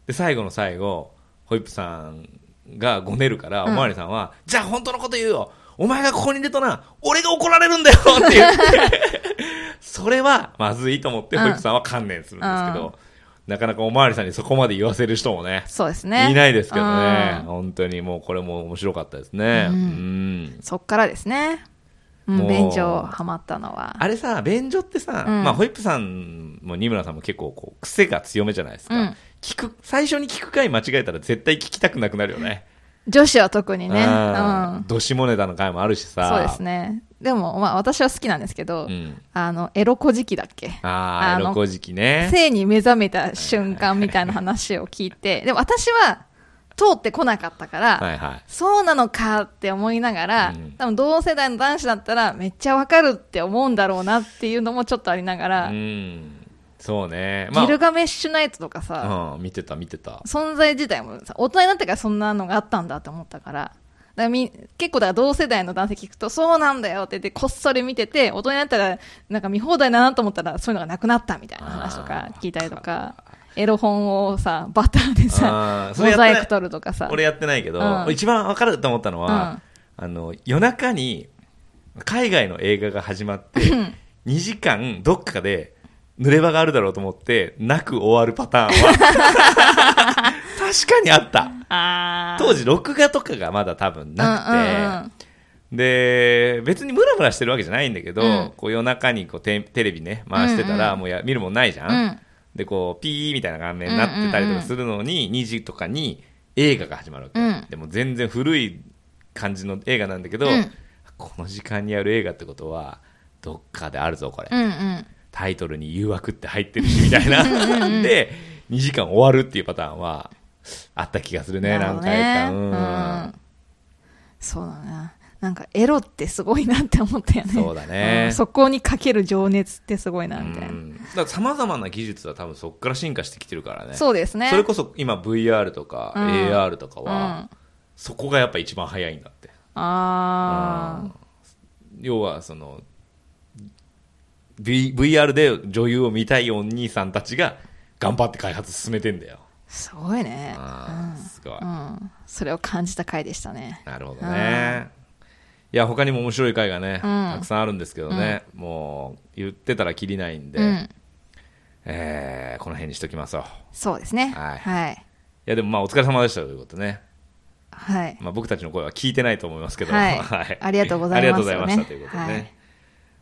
[SPEAKER 1] で最後の最後ホイップさんがごねるから、
[SPEAKER 2] うん
[SPEAKER 1] おまわりさんはじゃあ本当のこと言うよお前がここにいるとな俺が怒られるんだよって言ってそれはまずいと思って
[SPEAKER 2] うん
[SPEAKER 1] ホイップさんは観念するんですけど、
[SPEAKER 2] う
[SPEAKER 1] なかなかおまわりさんにそこまで言わせる人もね
[SPEAKER 2] そうですね。
[SPEAKER 1] いないですけどね、
[SPEAKER 2] うん
[SPEAKER 1] 本当にもうこれも面白かったですね、
[SPEAKER 2] うん
[SPEAKER 1] うん
[SPEAKER 2] そっからですね。う
[SPEAKER 1] も
[SPEAKER 2] ん、
[SPEAKER 1] う
[SPEAKER 2] 便所ハマったのは。
[SPEAKER 1] あれさ便所ってさ、
[SPEAKER 2] うん
[SPEAKER 1] まあ、ホイップさんも二村さんも結構こう癖が強めじゃないですか、
[SPEAKER 2] うん
[SPEAKER 1] 聞く最初に聞く回間違えたら絶対聞きたくなくなるよね
[SPEAKER 2] 女子は特にね。
[SPEAKER 1] あ
[SPEAKER 2] う
[SPEAKER 1] ー
[SPEAKER 2] ん。
[SPEAKER 1] どしもネタの回もあるしさ。
[SPEAKER 2] そうです。ね。でも、まあ私は好きなんですけど、
[SPEAKER 1] ん。
[SPEAKER 2] あの、エロ小じきだっけ
[SPEAKER 1] あ
[SPEAKER 2] あ
[SPEAKER 1] あ、
[SPEAKER 2] の
[SPEAKER 1] エロこじきね。
[SPEAKER 2] 性に目覚めた瞬間みたいな話を聞いて、でも私は通ってこなかったから、
[SPEAKER 1] はいはい。
[SPEAKER 2] そうなのかって思いながら、
[SPEAKER 1] うん
[SPEAKER 2] 多分同世代の男子だったらめっちゃわかるって思うんだろうなっていうのもちょっとありながら、
[SPEAKER 1] うん。そうね。
[SPEAKER 2] ギルガメッシュナイトとかさ、
[SPEAKER 1] うん、見てた見てた。
[SPEAKER 2] 存在自体もさ大人になってからそんなのがあったんだって思ったからだからみ結構だから同世代の男性聞くとそうなんだよって言ってこっそり見てて大人になったらなんか見放題だなと思ったらそういうのがなくなったみたいな話とか聞いたりとかエロ本をさバターで
[SPEAKER 1] あ
[SPEAKER 2] さ
[SPEAKER 1] ーそ
[SPEAKER 2] モ
[SPEAKER 1] れやってな
[SPEAKER 2] ザ
[SPEAKER 1] い
[SPEAKER 2] イク取るとかさ
[SPEAKER 1] 俺やってないけど、
[SPEAKER 2] うん
[SPEAKER 1] 一番分かると思ったのは、あの、夜中に、海外の映画が始まって、2時間どっかで濡れ場があるだろうと思って、泣く終わるパターン
[SPEAKER 2] (laughs)
[SPEAKER 1] は、確かにあった。
[SPEAKER 2] あー
[SPEAKER 1] 当時、録画とかがまだ多分なくて、
[SPEAKER 2] うんうんうん
[SPEAKER 1] で別にムラムラしてるわけじゃないんだけど、
[SPEAKER 2] うん
[SPEAKER 1] こう夜中にこうテテレビね回してた
[SPEAKER 2] うん
[SPEAKER 1] ら、
[SPEAKER 2] うん
[SPEAKER 1] もうや見るもんないじゃん、
[SPEAKER 2] うん
[SPEAKER 1] でこうピーみたいな画面になってたりとかするのに、2時とかに映画が始まるわけ、
[SPEAKER 2] うん
[SPEAKER 1] でも全然古い感じの映画なんだけど、
[SPEAKER 2] うん
[SPEAKER 1] この時間にやる映画ってことはどっかであるぞこれ、
[SPEAKER 2] うんうん
[SPEAKER 1] タイトルに誘惑って入ってるしみたいなで2時間終わるっていうパターンはあった気がするね
[SPEAKER 2] な
[SPEAKER 1] 何
[SPEAKER 2] るほど
[SPEAKER 1] 回か、
[SPEAKER 2] ね
[SPEAKER 1] うん
[SPEAKER 2] うんそうだななんかエロってすごいなって思ったよね
[SPEAKER 1] そうだね
[SPEAKER 2] んそこにかける情熱ってすごいなみたいな、
[SPEAKER 1] うんだからさまざまな技術は多分そこから進化してきてるからね
[SPEAKER 2] そうですね
[SPEAKER 1] それこそ今 VR とか
[SPEAKER 2] うん
[SPEAKER 1] AR とかは、
[SPEAKER 2] うん
[SPEAKER 1] そこがやっぱ一番早いんだって
[SPEAKER 2] あ
[SPEAKER 1] 要はその、V、VR で女優を見たいお兄さんたちが頑張って開発進めてんだよ、
[SPEAKER 2] ーすごいね
[SPEAKER 1] あーすごい、
[SPEAKER 2] うんそれを感じた回でしたね
[SPEAKER 1] なるほどねいや他にも面白い回がね、たくさんあるんですけどね、もう言ってたらきりないんで、
[SPEAKER 2] うん
[SPEAKER 1] えーこの辺にしときますよ
[SPEAKER 2] そうですね
[SPEAKER 1] はい
[SPEAKER 2] はい
[SPEAKER 1] いやでもまあお疲れ様でしたということでね
[SPEAKER 2] はい
[SPEAKER 1] まあ、僕たちの声は聞いてないと思いますけど、 (laughs)
[SPEAKER 2] はいありがとうござい
[SPEAKER 1] あり
[SPEAKER 2] ます
[SPEAKER 1] がとうございましたということでね。
[SPEAKER 2] はい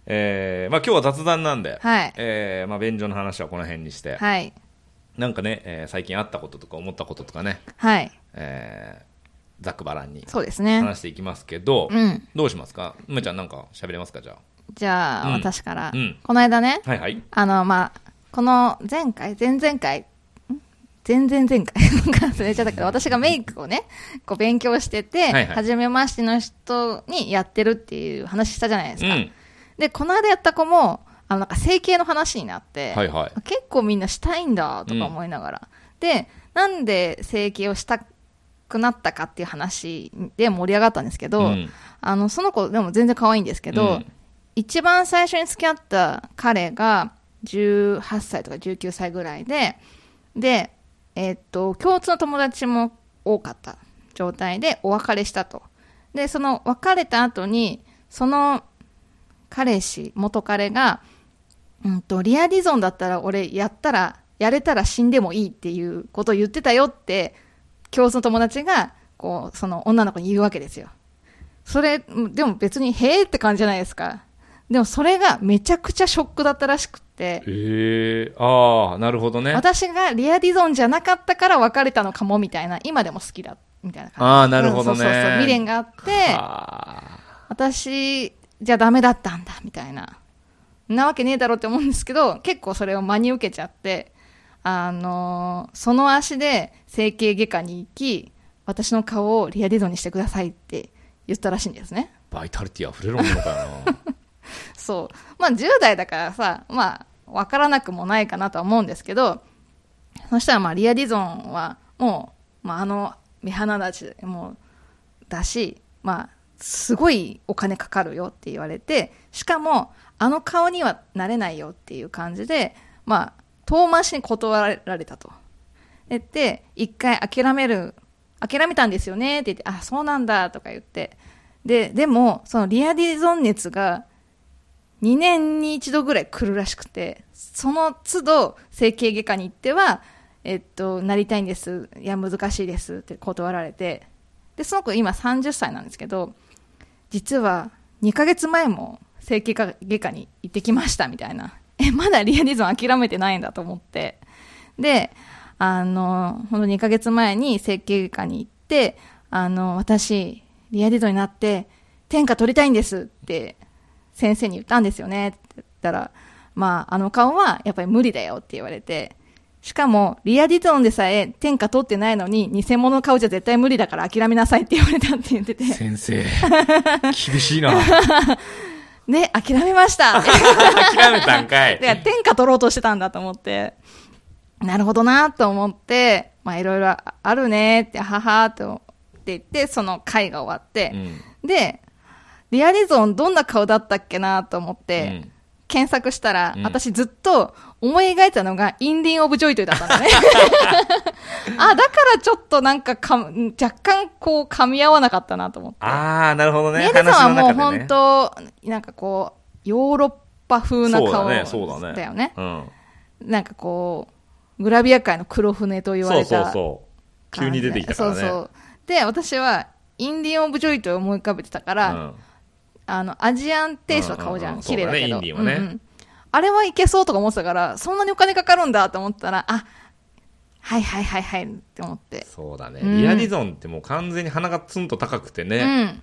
[SPEAKER 1] えーまあ、今日は雑談なんで、
[SPEAKER 2] はい
[SPEAKER 1] えーまあ、便所の話はこの辺にして、
[SPEAKER 2] はい
[SPEAKER 1] なんかね、えー最近あったこととか思ったこととかね、
[SPEAKER 2] はい
[SPEAKER 1] えーざっくばらんに
[SPEAKER 2] そうですね
[SPEAKER 1] 話していきますけど、
[SPEAKER 2] うん
[SPEAKER 1] どうしますか梅ちゃんなんか喋れますかじゃ
[SPEAKER 2] じゃあ、
[SPEAKER 1] うん
[SPEAKER 2] 私から、
[SPEAKER 1] うん
[SPEAKER 2] この間ね
[SPEAKER 1] あ。はいはい。
[SPEAKER 2] あの、まあ、この前回、前々回、ん前々前回、 (laughs) なんか忘れちゃったけど、私がメイクをね、こう勉強してて、
[SPEAKER 1] いはい
[SPEAKER 2] 初めましての人にやってるっていう話したじゃないです
[SPEAKER 1] う
[SPEAKER 2] か。
[SPEAKER 1] ん。
[SPEAKER 2] で、この間やった子も、あの、なんか整形の話になって、
[SPEAKER 1] はいはい。
[SPEAKER 2] 結構みんなしたいんだとか思いながら、でなんで整形をしたくなったかっていう話で盛り上がったんですけど、
[SPEAKER 1] うん
[SPEAKER 2] あのその子でも全然可愛いんですけ
[SPEAKER 1] う
[SPEAKER 2] ど、
[SPEAKER 1] ん
[SPEAKER 2] 一番最初に付き合った彼が18歳とか19歳ぐらいでで、えっと共通の友達も多かった状態でお別れしたとでその別れた後にその彼氏元彼がうんと、リアディゾンだったら俺やったら、やれたら死んでもいいっていうことを言ってたよって、教室の友達が、こう、その女の子に言うわけですよ。それ、うんでも別に、へえって感じじゃないですか。でもそれがめちゃくちゃショックだったらしくって、
[SPEAKER 1] えー、ああ、なるほどね。
[SPEAKER 2] 私がリアディゾンじゃなかったから別れたのかもみたいな、今でも好きだ、みたいな感じ。
[SPEAKER 1] ああ、なるほどね。
[SPEAKER 2] うんそうそうそう、未練があって、
[SPEAKER 1] あ
[SPEAKER 2] 私じゃダメだったんだみたいななわけねえだろうって思うんですけど結構それを真に受けちゃってあのその足で整形外科に行き私の顔をリアディゾンにしてくださいって言ったらしいんですね
[SPEAKER 1] バイタリティ溢れるものかな
[SPEAKER 2] そうまあ10代だからさまあ分からなくもないかなとは思うんですけどそしたらまあリアディゾンはもう、まあ、あの目鼻立ちもうだしまあすごいお金かかるよって言われてしかもあの顔にはなれないよっていう感じでまあ遠回しに断られたと言って一回諦める諦めたんですよねって言ってあそうなんだとか言ってででもそのリアディゾン熱が2年に一度ぐらい来るらしくてその都度整形外科に行ってはえっとなりたいんですいや難しいですって断られてでその子今30歳なんですけど実は2ヶ月前も整形外科に行ってきましたみたいなえまだリアリゾン諦めてないんだと思ってであのほんと2ヶ月前に整形外科に行ってあの私リアリゾンになって天下取りたいんですって先生に言ったんですよねって言ったらまああの顔はやっぱり無理だよって言われてしかも、リアディゾンでさえ天下取ってないのに、偽物の顔じゃ絶対無理だから諦めなさいって言われたって言ってて。
[SPEAKER 1] 先 (laughs) 生、厳しいな。
[SPEAKER 2] ね、諦めました。
[SPEAKER 1] 諦めたん
[SPEAKER 2] (laughs)
[SPEAKER 1] かい。
[SPEAKER 2] で天下取ろうとしてたんだと思って。なるほどなと思って、まあいろいろあるねって、ははーとって言って、その会が終わって、うん、で、リアディゾンどんな顔だったっけなと思って、うん検索したら、うん、私ずっと思い描いたのがインディン・オブ・ジョイトだったん (laughs) だね。あ、だからちょっとなんかか、若干こう噛み合わなかったなと思って。
[SPEAKER 1] ああ、なるほどね。
[SPEAKER 2] 宮根さんはもう本当、ね、なんかこう、ヨーロッパ風な顔だよね。そうだね。だねうん、なんかこう、グラビア界の黒船と言われた、ね。そう
[SPEAKER 1] そうそう。急に出てきたからね。そうそう。
[SPEAKER 2] で、私はインディン・オブ・ジョイトを思い浮かべてたから、うんあの、アジアンテイストの顔じゃん。綺麗だけど。あれはいけそうとか思ってたから、そんなにお金かかるんだと思ったら、あ、はいはいはいはいって思って。
[SPEAKER 1] そうだね。うん、リアリゾンってもう完全に鼻がツンと高くてね。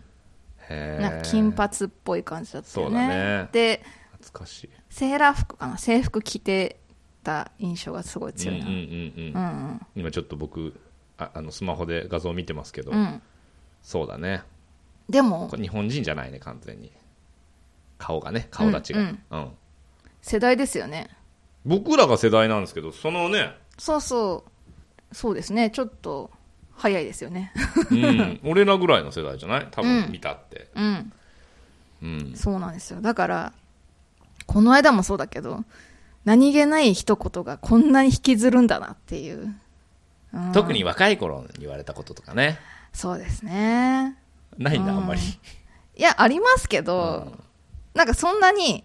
[SPEAKER 2] うん。なんか金髪っぽい感じだったよね。そうだね。で、
[SPEAKER 1] 懐かしい。
[SPEAKER 2] セーラー服かな制服着てた印象がすごい強いな。
[SPEAKER 1] 今ちょっと僕、ああのスマホで画像見てますけど、うん、そうだね。
[SPEAKER 2] でも
[SPEAKER 1] 日本人じゃないね完全に顔がね顔立ちが、うんうんうん、
[SPEAKER 2] 世代ですよね
[SPEAKER 1] 僕らが世代なんですけどそのね
[SPEAKER 2] そうそうそうですねちょっと早いですよね、
[SPEAKER 1] うん、俺らぐらいの世代じゃない多分見たってうん、
[SPEAKER 2] うんそうなんですよだからこの間もそうだけど何気ない一言がこんなに引きずるんだなっていう、
[SPEAKER 1] うん、特に若い頃に言われたこととかね
[SPEAKER 2] そうですね
[SPEAKER 1] ないんだ、うん、あんまり
[SPEAKER 2] いやありますけど、うん、なんかそんなに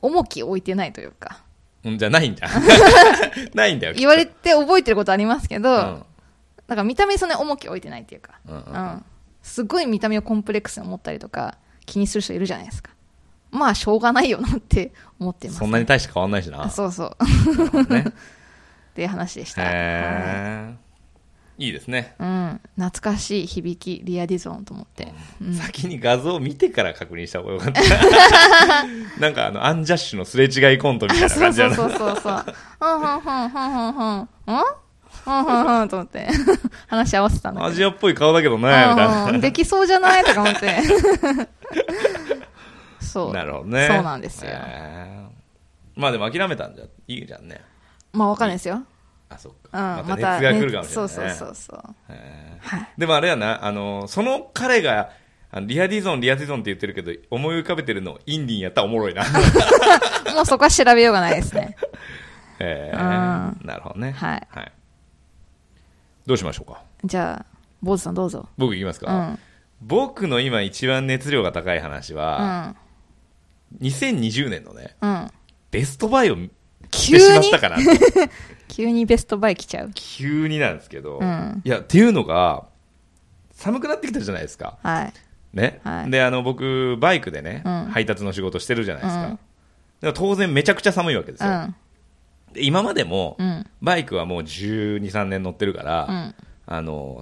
[SPEAKER 2] 重き置いてないというか
[SPEAKER 1] うんじゃないん
[SPEAKER 2] (laughs)
[SPEAKER 1] だないんだよ
[SPEAKER 2] 言われて覚えてることありますけど、うん、なんか見た目にそんなに重き置いてないっていうか、うん、うん、すごい見た目をコンプレックスに思ったりとか気にする人いるじゃないですかまあしょうがないよなって思ってます、ね、
[SPEAKER 1] そんなに大して変わんないしな、
[SPEAKER 2] (laughs) そうそう
[SPEAKER 1] ね、
[SPEAKER 2] っていう話でした
[SPEAKER 1] へえいいですね。
[SPEAKER 2] うん。懐かしい響き、リアディゾンと思って。
[SPEAKER 1] うん、先に画像を見てから確認した方がよかった。なんかあの、アンジャッシュのすれ違いコントみたいな感じだ
[SPEAKER 2] な。そうそうそうそう。うん、ふんふんふんふんふん。んうんふんふんと思って。 (laughs) 話合わせたんだ
[SPEAKER 1] アジアっぽい顔だけどね、みたいな。
[SPEAKER 2] できそうじゃないとか思って。
[SPEAKER 1] (laughs)
[SPEAKER 2] そう。
[SPEAKER 1] なるほどね。
[SPEAKER 2] そうなんですよ。
[SPEAKER 1] まあでも諦めたんじゃ、いいじゃんね。
[SPEAKER 2] まあわかんないですよ。
[SPEAKER 1] あそっか、うん、また熱が来るかもしれない、ね、
[SPEAKER 2] そうそうそうそう、
[SPEAKER 1] はい、でもあれやなあのその彼がリアディゾンリアディゾンって言ってるけど思い浮かべてるのインディンやったらおもろい (laughs) な
[SPEAKER 2] もうそこは調べようがないで
[SPEAKER 1] (laughs)
[SPEAKER 2] すね
[SPEAKER 1] ええー、なるほどね
[SPEAKER 2] はい、はい、
[SPEAKER 1] どうしましょうか
[SPEAKER 2] じゃあ坊主さんどうぞ
[SPEAKER 1] 僕いきますか、うん、僕の今一番熱量が高い話は、うん、2020年のね、
[SPEAKER 2] うん、
[SPEAKER 1] ベストバイを急に
[SPEAKER 2] 急にベストバイ来ちゃう
[SPEAKER 1] 急になんですけど、うん、いやっていうのが寒くなってきたじゃないですか、
[SPEAKER 2] はい
[SPEAKER 1] ね、はい、であの僕バイクでね、うん、配達の仕事してるじゃないですか,うん、だから当然めちゃくちゃ寒いわけですよ、で今までも、バイクはもう1 2 3年乗ってるから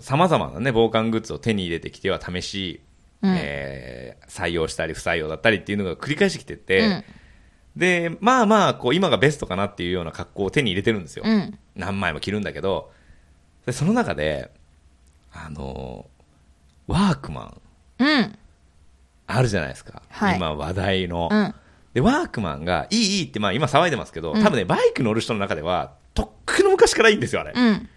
[SPEAKER 1] さまざまな、ね、防寒グッズを手に入れてきては試し
[SPEAKER 2] うん
[SPEAKER 1] えー採用したり不採用だったりっていうのが繰り返してきてて、
[SPEAKER 2] うん
[SPEAKER 1] で、まあまあ、こう、今がベストかなっていうような格好を手に入れてるんですよ。
[SPEAKER 2] うん
[SPEAKER 1] 何枚も着るんだけど、でその中で、あのーワークマン、
[SPEAKER 2] うん
[SPEAKER 1] あるじゃないですか。
[SPEAKER 2] はい
[SPEAKER 1] 今話題の。
[SPEAKER 2] うん
[SPEAKER 1] で、ワークマンが、いいいいって、まあ今騒いでますけど、
[SPEAKER 2] うん
[SPEAKER 1] 多分ね、バイク乗る人の中では、とっくの昔からいいんですよ、あれ。
[SPEAKER 2] うん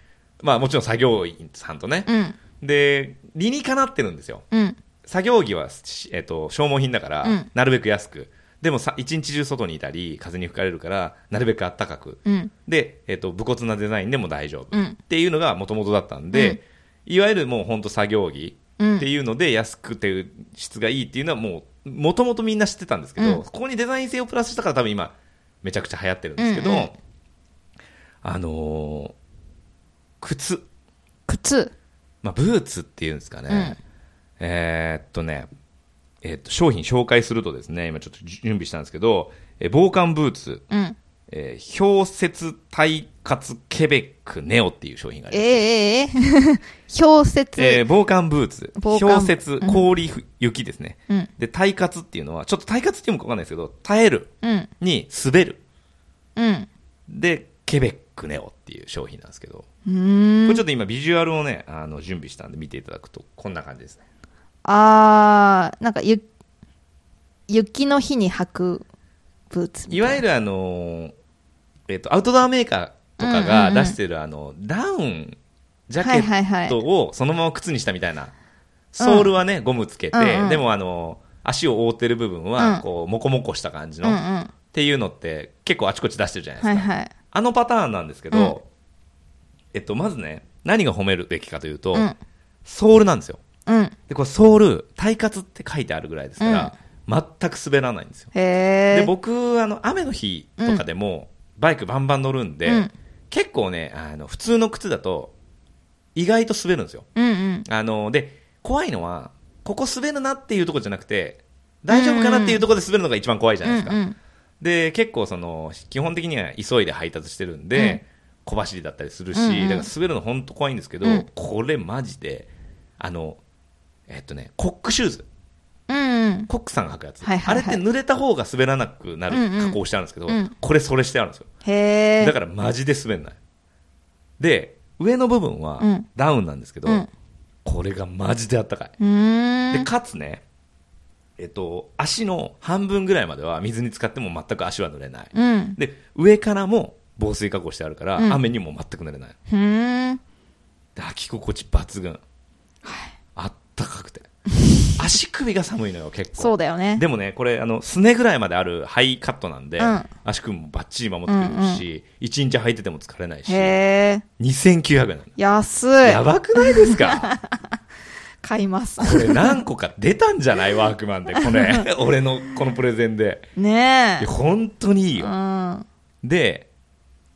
[SPEAKER 1] まあもちろん作業員さんとね。
[SPEAKER 2] うん
[SPEAKER 1] で、理にかなってるんですよ。
[SPEAKER 2] うん
[SPEAKER 1] 作業着は、しえっと、消耗品だから、
[SPEAKER 2] うん
[SPEAKER 1] なるべく安く。でもさ、一日中外にいたり、風に吹かれるから、なるべく暖かく。
[SPEAKER 2] うん
[SPEAKER 1] で、えっと、武骨なデザインでも大丈夫。
[SPEAKER 2] うん
[SPEAKER 1] っていうのがもともとだったんで、いわゆるもう本当作業着
[SPEAKER 2] うん
[SPEAKER 1] っていうので安くて質がいいっていうのはもうもともとみんな知ってたんですけど、
[SPEAKER 2] うん
[SPEAKER 1] ここにデザイン性をプラスしたから多分今めちゃくちゃ流行ってるんですけど、
[SPEAKER 2] うんうん
[SPEAKER 1] あのー靴、
[SPEAKER 2] 靴
[SPEAKER 1] まあ、ブーツっていうんですかね、
[SPEAKER 2] うん
[SPEAKER 1] えーっとね、えーっと商品紹介するとですね今ちょっと準備したんですけど、えー防寒ブーツ、
[SPEAKER 2] うん
[SPEAKER 1] えー氷雪耐活ケベックネオっていう商品があります
[SPEAKER 2] ええええ (laughs) 氷雪、
[SPEAKER 1] えー防寒ブーツ、
[SPEAKER 2] 防
[SPEAKER 1] 氷
[SPEAKER 2] 寒
[SPEAKER 1] 雪、氷、雪ですね。
[SPEAKER 2] うん
[SPEAKER 1] で、耐活っていうのは、ちょっと耐活っていうのかわかんないですけど、耐える
[SPEAKER 2] うん
[SPEAKER 1] に滑る。
[SPEAKER 2] うん
[SPEAKER 1] で、ケベックネオっていう商品なんですけど、
[SPEAKER 2] うーん
[SPEAKER 1] これちょっと今ビジュアルをね、あの、準備したんで見ていただくと、こんな感じですね。
[SPEAKER 2] あーなんかゆ雪の日に履くブーツみたい
[SPEAKER 1] いわゆるあのー、えっ、と、アウトドアメーカーとかが
[SPEAKER 2] うんうんうん
[SPEAKER 1] 出してるあの、ダウン、ジャ
[SPEAKER 2] は
[SPEAKER 1] ケ
[SPEAKER 2] いはいは
[SPEAKER 1] ッ
[SPEAKER 2] い
[SPEAKER 1] トをそのまま靴にしたみたいな。ソールはね、ゴムつけて、
[SPEAKER 2] うんうん
[SPEAKER 1] でもあのー、足を覆ってる部分
[SPEAKER 2] うん
[SPEAKER 1] は、こう、もこもこした感じの、
[SPEAKER 2] うんうん
[SPEAKER 1] っていうのって結構あちこち出してるじゃないですか、
[SPEAKER 2] はいはい
[SPEAKER 1] あのパターンなんですけど、えっと、まずね何が褒めるべきかというと、
[SPEAKER 2] うん
[SPEAKER 1] ソールなんですよ
[SPEAKER 2] うん
[SPEAKER 1] でこれソール耐活って書いてあるぐらいですから、全く滑らないんですよ
[SPEAKER 2] へえ
[SPEAKER 1] で僕あの雨の日とかでも、バイクバンバン乗るんで、
[SPEAKER 2] うん
[SPEAKER 1] 結構ねあの普通の靴だと意外と滑るんですよ
[SPEAKER 2] うんうん
[SPEAKER 1] あので怖いのはここ滑るなっていうとこじゃなくて大丈夫かなっていうとこで滑るのが一番怖いじゃないですか、
[SPEAKER 2] うんうん
[SPEAKER 1] で結構その基本的には急いで配達してるんで、小走りだったりするし、
[SPEAKER 2] うんうん
[SPEAKER 1] だから滑るの本当怖いんですけど、
[SPEAKER 2] うん
[SPEAKER 1] これマジであのえっとねコックシューズ
[SPEAKER 2] うんうん
[SPEAKER 1] コックさんが履くやつ、
[SPEAKER 2] はいはいはい
[SPEAKER 1] あれって濡れた方が滑らなくな
[SPEAKER 2] うんうん
[SPEAKER 1] る加工してあるんですけど、
[SPEAKER 2] うん
[SPEAKER 1] これそれしてあるんですよ
[SPEAKER 2] へえ
[SPEAKER 1] だからマジで滑んないで上の部分は
[SPEAKER 2] うん
[SPEAKER 1] ダウンなんですけど、
[SPEAKER 2] うん
[SPEAKER 1] これがマジであったかい、
[SPEAKER 2] うーん
[SPEAKER 1] でかつねえっと足の半分ぐらいまでは水に浸かっても全く足は濡れない、
[SPEAKER 2] うん
[SPEAKER 1] で上からも防水加工してあるから、
[SPEAKER 2] うん
[SPEAKER 1] 雨にも全く濡れない
[SPEAKER 2] ふーん
[SPEAKER 1] で履き心地抜群、あったかくて足首が寒いのよ結構
[SPEAKER 2] そうだよね
[SPEAKER 1] でもねこれあのすねぐらいまであるハイカットなんで、
[SPEAKER 2] うん
[SPEAKER 1] 足首もバッチリ守ってくれるし、一1日履いてても疲れないし
[SPEAKER 2] へえ
[SPEAKER 1] 2900円なの
[SPEAKER 2] 安
[SPEAKER 1] や
[SPEAKER 2] い
[SPEAKER 1] ばくないです
[SPEAKER 2] (laughs)
[SPEAKER 1] か
[SPEAKER 2] 買います
[SPEAKER 1] これ何個か出たんじゃないワークマンでこ
[SPEAKER 2] (laughs)
[SPEAKER 1] れ俺のこのプレゼンで
[SPEAKER 2] ね
[SPEAKER 1] いや本当にいい
[SPEAKER 2] え
[SPEAKER 1] よ
[SPEAKER 2] うん
[SPEAKER 1] で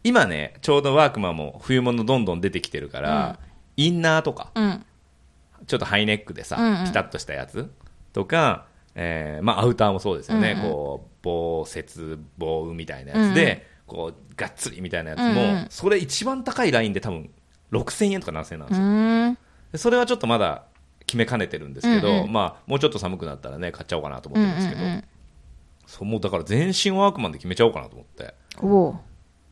[SPEAKER 1] 今ねちょうどワークマンも冬物どんどん出てきてるから、インナーとか
[SPEAKER 2] うん
[SPEAKER 1] ちょっとハイネックでさ、
[SPEAKER 2] うんうん
[SPEAKER 1] ピタッとしたやつとか、えーまあ、アウターもそうですよね、
[SPEAKER 2] うんうん
[SPEAKER 1] こう防雪防雨みたいなやつで、こうがっつりみたいなやつも、
[SPEAKER 2] うんうん
[SPEAKER 1] それ一番高いラインで多分6000円とか7000円なんで
[SPEAKER 2] う
[SPEAKER 1] すよ、
[SPEAKER 2] ーん
[SPEAKER 1] でそれはちょっとまだ決めかねてるんですけど、
[SPEAKER 2] うんうん
[SPEAKER 1] まあ、もうちょっと寒くなったらね買っちゃおうかなと思
[SPEAKER 2] う
[SPEAKER 1] っ
[SPEAKER 2] ん
[SPEAKER 1] てるんですけど、
[SPEAKER 2] うん
[SPEAKER 1] そうもうだから全身ワークマンで決めちゃおうかなと思って。
[SPEAKER 2] うんおお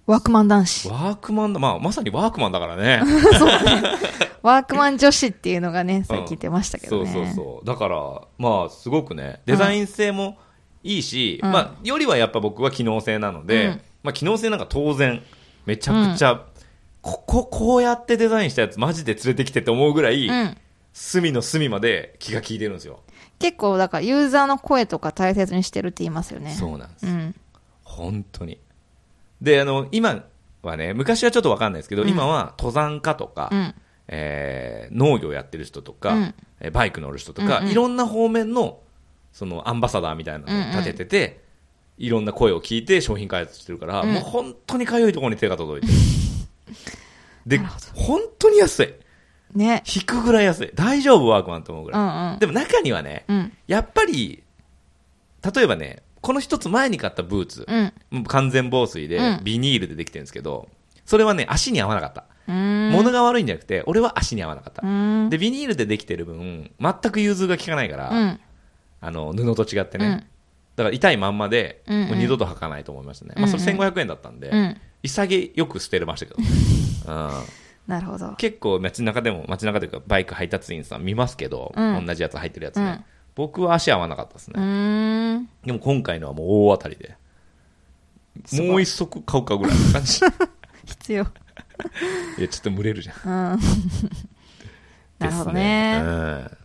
[SPEAKER 2] ワークマン男子
[SPEAKER 1] ワークマンだ、まあ、まさにワークマンだからね。
[SPEAKER 2] ワークマン女子っていうのがね最近出ましたけどね
[SPEAKER 1] そうそうそう。だから、まあ、すごくね、デザイン性もいいし、
[SPEAKER 2] うん
[SPEAKER 1] まあ、よりはやっぱ僕は機能性なので、
[SPEAKER 2] うん
[SPEAKER 1] まあ、機能性なんか当然、めちゃくちゃ、ここ、こうやってデザインしたやつ、マジで連れてきてって思うぐらい、
[SPEAKER 2] うん
[SPEAKER 1] 隅の隅まで気が利いてるんですよ。
[SPEAKER 2] 結構だからユーザーの声とか大切にしてるって言いますよね
[SPEAKER 1] そうなんです。
[SPEAKER 2] うん
[SPEAKER 1] 本当に。で、あの、今はね、昔はちょっとわかんないですけど、
[SPEAKER 2] うん
[SPEAKER 1] 今は登山家とか、
[SPEAKER 2] うん
[SPEAKER 1] えー農業やってる人とか、
[SPEAKER 2] うん
[SPEAKER 1] えーバイク乗る人とか、
[SPEAKER 2] うんうん
[SPEAKER 1] いろんな方面のそのアンバサダーみたいなのを立ててて、いろんな声を聞いて商品開発してるから、
[SPEAKER 2] うん
[SPEAKER 1] もう本当にかゆいところに手が届いてるで
[SPEAKER 2] (laughs) なるほ
[SPEAKER 1] 本当に安い
[SPEAKER 2] ね
[SPEAKER 1] 引くぐらい安い大丈夫ワークマンと思うぐ
[SPEAKER 2] う
[SPEAKER 1] らい、
[SPEAKER 2] んうん
[SPEAKER 1] でも中にはね
[SPEAKER 2] うん
[SPEAKER 1] やっぱり例えばねこの一つ前に買ったブーツ、
[SPEAKER 2] うん
[SPEAKER 1] もう完全防水で
[SPEAKER 2] うん
[SPEAKER 1] ビニールでできてるんですけど、それはね足に合わなかった
[SPEAKER 2] うーん
[SPEAKER 1] 物が悪いんじゃなくて、俺は足に合わなかっ
[SPEAKER 2] う
[SPEAKER 1] た。
[SPEAKER 2] ーん
[SPEAKER 1] で、ビニールでできてる分、全く融通が効かないから、
[SPEAKER 2] うん
[SPEAKER 1] あの、布と違ってね。
[SPEAKER 2] うん
[SPEAKER 1] だから痛いまんまで、
[SPEAKER 2] うんうん
[SPEAKER 1] もう二度と履かないと思いましたね。まあ、それ1500円だったんで、
[SPEAKER 2] うん
[SPEAKER 1] 潔く捨てれました
[SPEAKER 2] (laughs)
[SPEAKER 1] けどね。うん
[SPEAKER 2] なるほど
[SPEAKER 1] 結構街中でも、街中というかバイク配達員さん見ますけど、
[SPEAKER 2] うん
[SPEAKER 1] 同じやつ履いてるやつね。
[SPEAKER 2] うん
[SPEAKER 1] 僕は足合わなかったですね。
[SPEAKER 2] うーん
[SPEAKER 1] でも今回のはもう大当たりで。
[SPEAKER 2] すごい
[SPEAKER 1] もう一足買うかぐらいの感
[SPEAKER 2] (laughs)
[SPEAKER 1] じ。い
[SPEAKER 2] 必要
[SPEAKER 1] や、ちょっと蒸れるじゃん。
[SPEAKER 2] うんなるほど
[SPEAKER 1] で
[SPEAKER 2] ね
[SPEAKER 1] すうん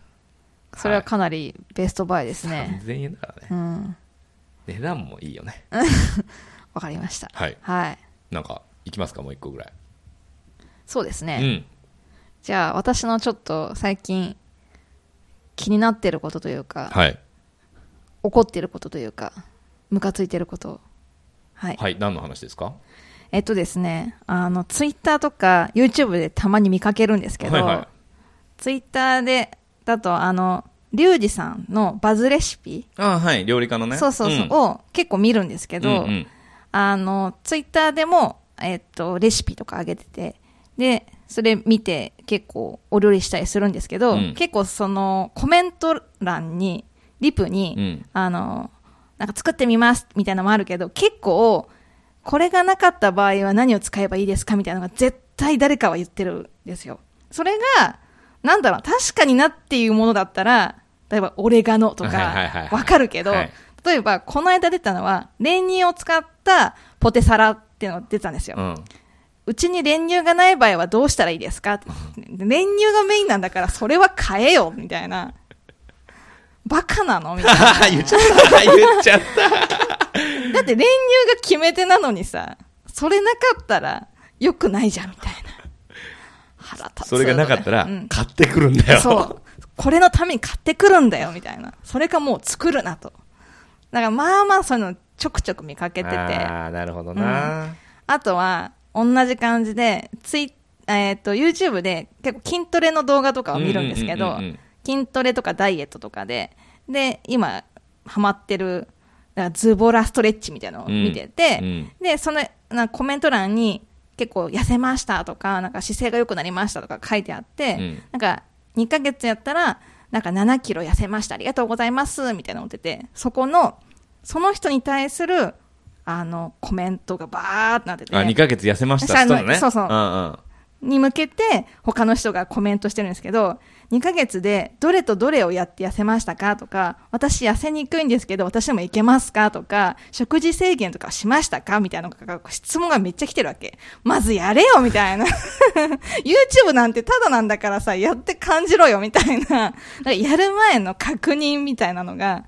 [SPEAKER 2] それはかなりベストバイですね、
[SPEAKER 1] 3000円だからね。
[SPEAKER 2] うん
[SPEAKER 1] 値段もいいよね。
[SPEAKER 2] わかりました
[SPEAKER 1] はい。
[SPEAKER 2] はい
[SPEAKER 1] なんか、いきますか、もう一個ぐらい。
[SPEAKER 2] そうですね、
[SPEAKER 1] うん。
[SPEAKER 2] じゃあ私のちょっと最近気になってることというか、
[SPEAKER 1] はい。
[SPEAKER 2] 怒ってることというかムカついてることはい、
[SPEAKER 1] はい、何の話ですか
[SPEAKER 2] えっとですねあのツイッターとか YouTube でたまに見かけるんですけど、
[SPEAKER 1] はいは
[SPEAKER 2] ツイッターでだとあのリュウジさんのバズレシピ、
[SPEAKER 1] い。ああはい、料理家のね。
[SPEAKER 2] そうそうそう、を結構見るんですけ
[SPEAKER 1] け
[SPEAKER 2] ど、
[SPEAKER 1] うんうん
[SPEAKER 2] あの、ツイッターでも、えっと、レシピとか上げてて、で、それ見て結構お料理したりするんですけど、
[SPEAKER 1] うん
[SPEAKER 2] 結構そのコメント欄に、リプに、
[SPEAKER 1] うん
[SPEAKER 2] あの、なんか作ってみますみたいなのもあるけど、結構、これがなかった場合は何を使えばいいですかみたいなのが絶対誰かは言ってるんですよ。それが、なんだろう、確かになっていうものだったら、例えばオレガノと
[SPEAKER 1] はいはいはいは
[SPEAKER 2] か
[SPEAKER 1] い、
[SPEAKER 2] わかるけど、
[SPEAKER 1] はい
[SPEAKER 2] 例えば、この間出たのは、練乳を使ったポテサラっていうのが出たんですよ。う
[SPEAKER 1] うん。 (laughs)
[SPEAKER 2] ちに練乳がない場合はどうしたらいいですか練乳がメインなんだから、それは買えよみたいな。バカなのみたいな。
[SPEAKER 1] あ (laughs) あ、言っちゃった。言っちゃった。
[SPEAKER 2] だって練乳が決め手なのにさ、それなかったら良くないじゃんみたいな。腹立つ。
[SPEAKER 1] それがなかったら
[SPEAKER 2] う、ん
[SPEAKER 1] 買ってくるんだよ。
[SPEAKER 2] そう。これのために買ってくるんだよ、みたいな。それかもう作るなと。だからまあまあそういうのちょくちょく見かけてて。
[SPEAKER 1] ああ、なるほどな。
[SPEAKER 2] あとは、同じ感じで、ツイえっ、と、YouTube で結構筋トレの動画とかを見るんです
[SPEAKER 1] うん
[SPEAKER 2] け
[SPEAKER 1] うん
[SPEAKER 2] ど
[SPEAKER 1] うんうんうん、
[SPEAKER 2] 筋トレとかダイエットとかで、で、今、ハマってる、だからズボラストレッチみたいなのを見てて、
[SPEAKER 1] うん
[SPEAKER 2] で、その、なんかコメント欄に、結構痩せましたとか、なんか姿勢が良くなりましたとか書いてあって、
[SPEAKER 1] うん
[SPEAKER 2] なんか2ヶ月やったら、なんか7キロ痩せました、ありがとうございます、みたいなのってて、そこの、その人に対する、あの、コメントがバーってなってて、
[SPEAKER 1] あ、2ヶ月痩せましたっつったのね。
[SPEAKER 2] そうそう
[SPEAKER 1] うんうん。
[SPEAKER 2] に向けて他の人がコメントしてるんですけど2ヶ月でどれとどれをやって痩せましたかとか私痩せにくいんですけど私でもいけますかとか食事制限とかしましたかみたいなのが質問がめっちゃ来てるわけまずやれよみたいな YouTube なんてただなんだからさやって感じろよみたいな (laughs) だからやる前の確認みたいなのが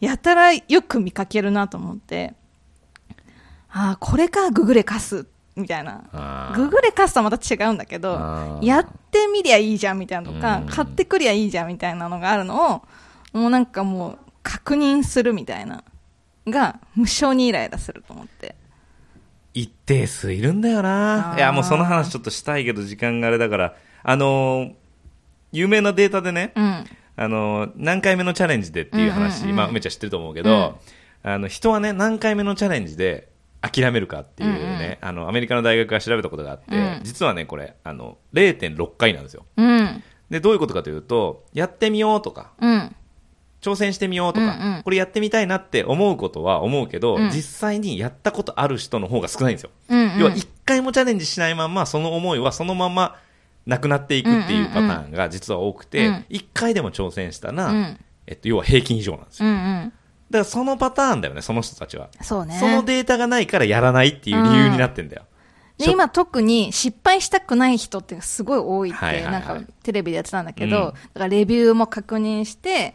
[SPEAKER 2] やたらよく見かけるなと思ってああこれかググレカスみたいな
[SPEAKER 1] あー
[SPEAKER 2] ググレカスとはまた違うんだけど
[SPEAKER 1] あ、ー
[SPEAKER 2] やってみりゃいいじゃんみたいなのと
[SPEAKER 1] う
[SPEAKER 2] か
[SPEAKER 1] ん、
[SPEAKER 2] 買ってくりゃいいじゃんみたいなのがあるのを、もうなんかもう確認するみたいな、が無性にイライラすると思って。
[SPEAKER 1] 一定数いるんだよな
[SPEAKER 2] あー
[SPEAKER 1] いやもうその話ちょっとしたいけど時間があれだからあのー有名なデータでね、
[SPEAKER 2] うん。
[SPEAKER 1] あのー何回目のチャレンジでっていう話、まあ梅ちゃん知ってると思うけど、あの人はね何回目のチャレンジで諦めるかっていうね、あのアメリカの大学が調べたことがあって、
[SPEAKER 2] うん
[SPEAKER 1] 実はねこれあの0.6回なんですよ
[SPEAKER 2] うん。
[SPEAKER 1] でどういうことかというとやってみようとか
[SPEAKER 2] うん。
[SPEAKER 1] 挑戦してみようとか、
[SPEAKER 2] うんうん
[SPEAKER 1] これやってみたいなって思うことは思うけど、
[SPEAKER 2] うん
[SPEAKER 1] 実際にやったことある人の方が少ないんですよ
[SPEAKER 2] うんうん。
[SPEAKER 1] 要は一回もチャレンジしないまんまその思いはそのままなくなっていくっていうパターンが実は多く
[SPEAKER 2] う
[SPEAKER 1] て
[SPEAKER 2] ん
[SPEAKER 1] 一回でも挑戦した
[SPEAKER 2] う
[SPEAKER 1] ら、
[SPEAKER 2] ん。
[SPEAKER 1] えっと、要は平均以上なんですよ
[SPEAKER 2] うんうん。
[SPEAKER 1] だからそのパターンだよねその人たちは、
[SPEAKER 2] そうね。
[SPEAKER 1] そのデータがないからやらないっていう理由になってんだよ、し
[SPEAKER 2] で
[SPEAKER 1] ょ
[SPEAKER 2] 今特に失敗したくない人ってすごい多いって、
[SPEAKER 1] はいはいはい
[SPEAKER 2] なんかテレビでやってたんだけ
[SPEAKER 1] うん
[SPEAKER 2] ど、だからレビューも確認して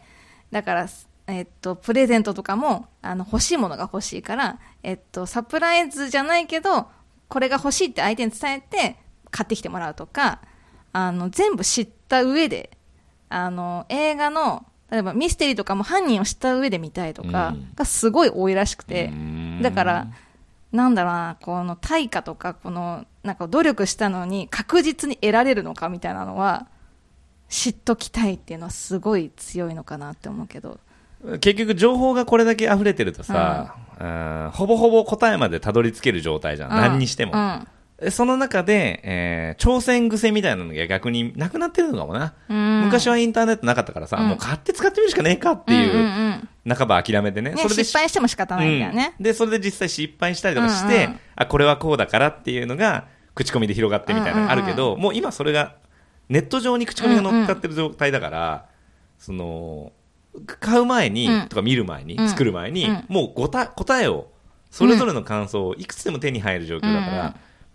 [SPEAKER 2] だから、えっと、プレゼントとかもあの欲しいものが欲しいから、えっと、サプライズじゃないけどこれが欲しいって相手に伝えて買ってきてもらうとかあの全部知った上であの映画の例えばミステリーとかも犯人を知った上で見たいとか
[SPEAKER 1] うん
[SPEAKER 2] がすごい多いらしくて、
[SPEAKER 1] うーん
[SPEAKER 2] だからなんだろうな、この対価とか、この、なんか努力したのに確実に得られるのかみたいなのは、知っときたいっていうのはすごい強いのかなって思うけど。
[SPEAKER 1] 結局情報がこれだけ溢れてるとさ、うんほぼほぼ答えまでたどり着ける状態じゃん、
[SPEAKER 2] うん
[SPEAKER 1] 何にしても、
[SPEAKER 2] うん。
[SPEAKER 1] その中で、えー挑戦癖みたいなのが逆になくなってるのかもな。
[SPEAKER 2] うん
[SPEAKER 1] 昔はインターネットなかったからさ、
[SPEAKER 2] うん
[SPEAKER 1] もう買って使ってみるしかねえかっていう、
[SPEAKER 2] んんん
[SPEAKER 1] 半ば諦めてね。
[SPEAKER 2] ね、
[SPEAKER 1] で
[SPEAKER 2] 失敗しても仕方ないんだよね
[SPEAKER 1] う。んで、それで実際失敗したりとかして、
[SPEAKER 2] うんうん
[SPEAKER 1] あ、これはこうだからっていうのが、口コミで広がってみたいな
[SPEAKER 2] うんうん
[SPEAKER 1] の
[SPEAKER 2] うん
[SPEAKER 1] あるけど、もう今それが、ネット上に口コミが乗っかってる状態だから、その、買う前に、
[SPEAKER 2] うん
[SPEAKER 1] とか見る前に、
[SPEAKER 2] うん
[SPEAKER 1] 作る前に、
[SPEAKER 2] うん
[SPEAKER 1] もうごた答えを、それぞれの感想をいくつでも手に入る状況だから、
[SPEAKER 2] うんうん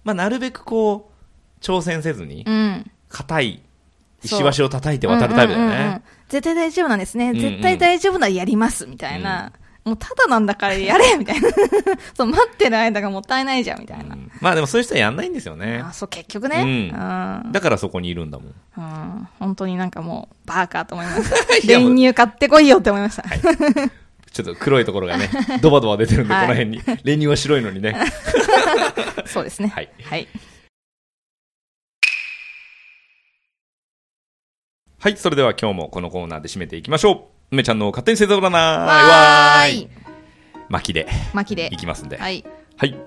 [SPEAKER 1] まあ、なるべくこう、挑戦せずに
[SPEAKER 2] う、ん。
[SPEAKER 1] 硬い
[SPEAKER 2] そう
[SPEAKER 1] 石橋を叩いて渡るタイプだよ
[SPEAKER 2] うんうんうんう
[SPEAKER 1] ね
[SPEAKER 2] ん。絶対大丈夫なんですね。
[SPEAKER 1] んうん
[SPEAKER 2] 絶対大丈夫ならやります、みたいな。もうただなんだからやれ、みたいな。 (laughs) そう、待ってる間がもったいないじゃん、みたいな
[SPEAKER 1] う。んまあでもそういう人はやんないんですよね
[SPEAKER 2] あ、。そう、結局
[SPEAKER 1] う
[SPEAKER 2] ね。うんん。
[SPEAKER 1] だからそこにいるんだもん。
[SPEAKER 2] うん。本当になんかもう、バーカーと思いました。
[SPEAKER 1] いやもう
[SPEAKER 2] 練乳買ってこいよって思いました。
[SPEAKER 1] ちょっと黒いところがね、 (laughs) ドバドバ出てるんで、
[SPEAKER 2] はい
[SPEAKER 1] この辺に。練乳は白いのにね。
[SPEAKER 2] そうですね。
[SPEAKER 1] はい
[SPEAKER 2] (laughs) はい。
[SPEAKER 1] はい、それでは今日もこのコーナーで締めていきましょう。梅ちゃんの勝手に星座占い。
[SPEAKER 2] わー
[SPEAKER 1] わーい。
[SPEAKER 2] い。
[SPEAKER 1] 巻きで
[SPEAKER 2] 巻きで
[SPEAKER 1] い。きますんで。は、
[SPEAKER 2] はいい。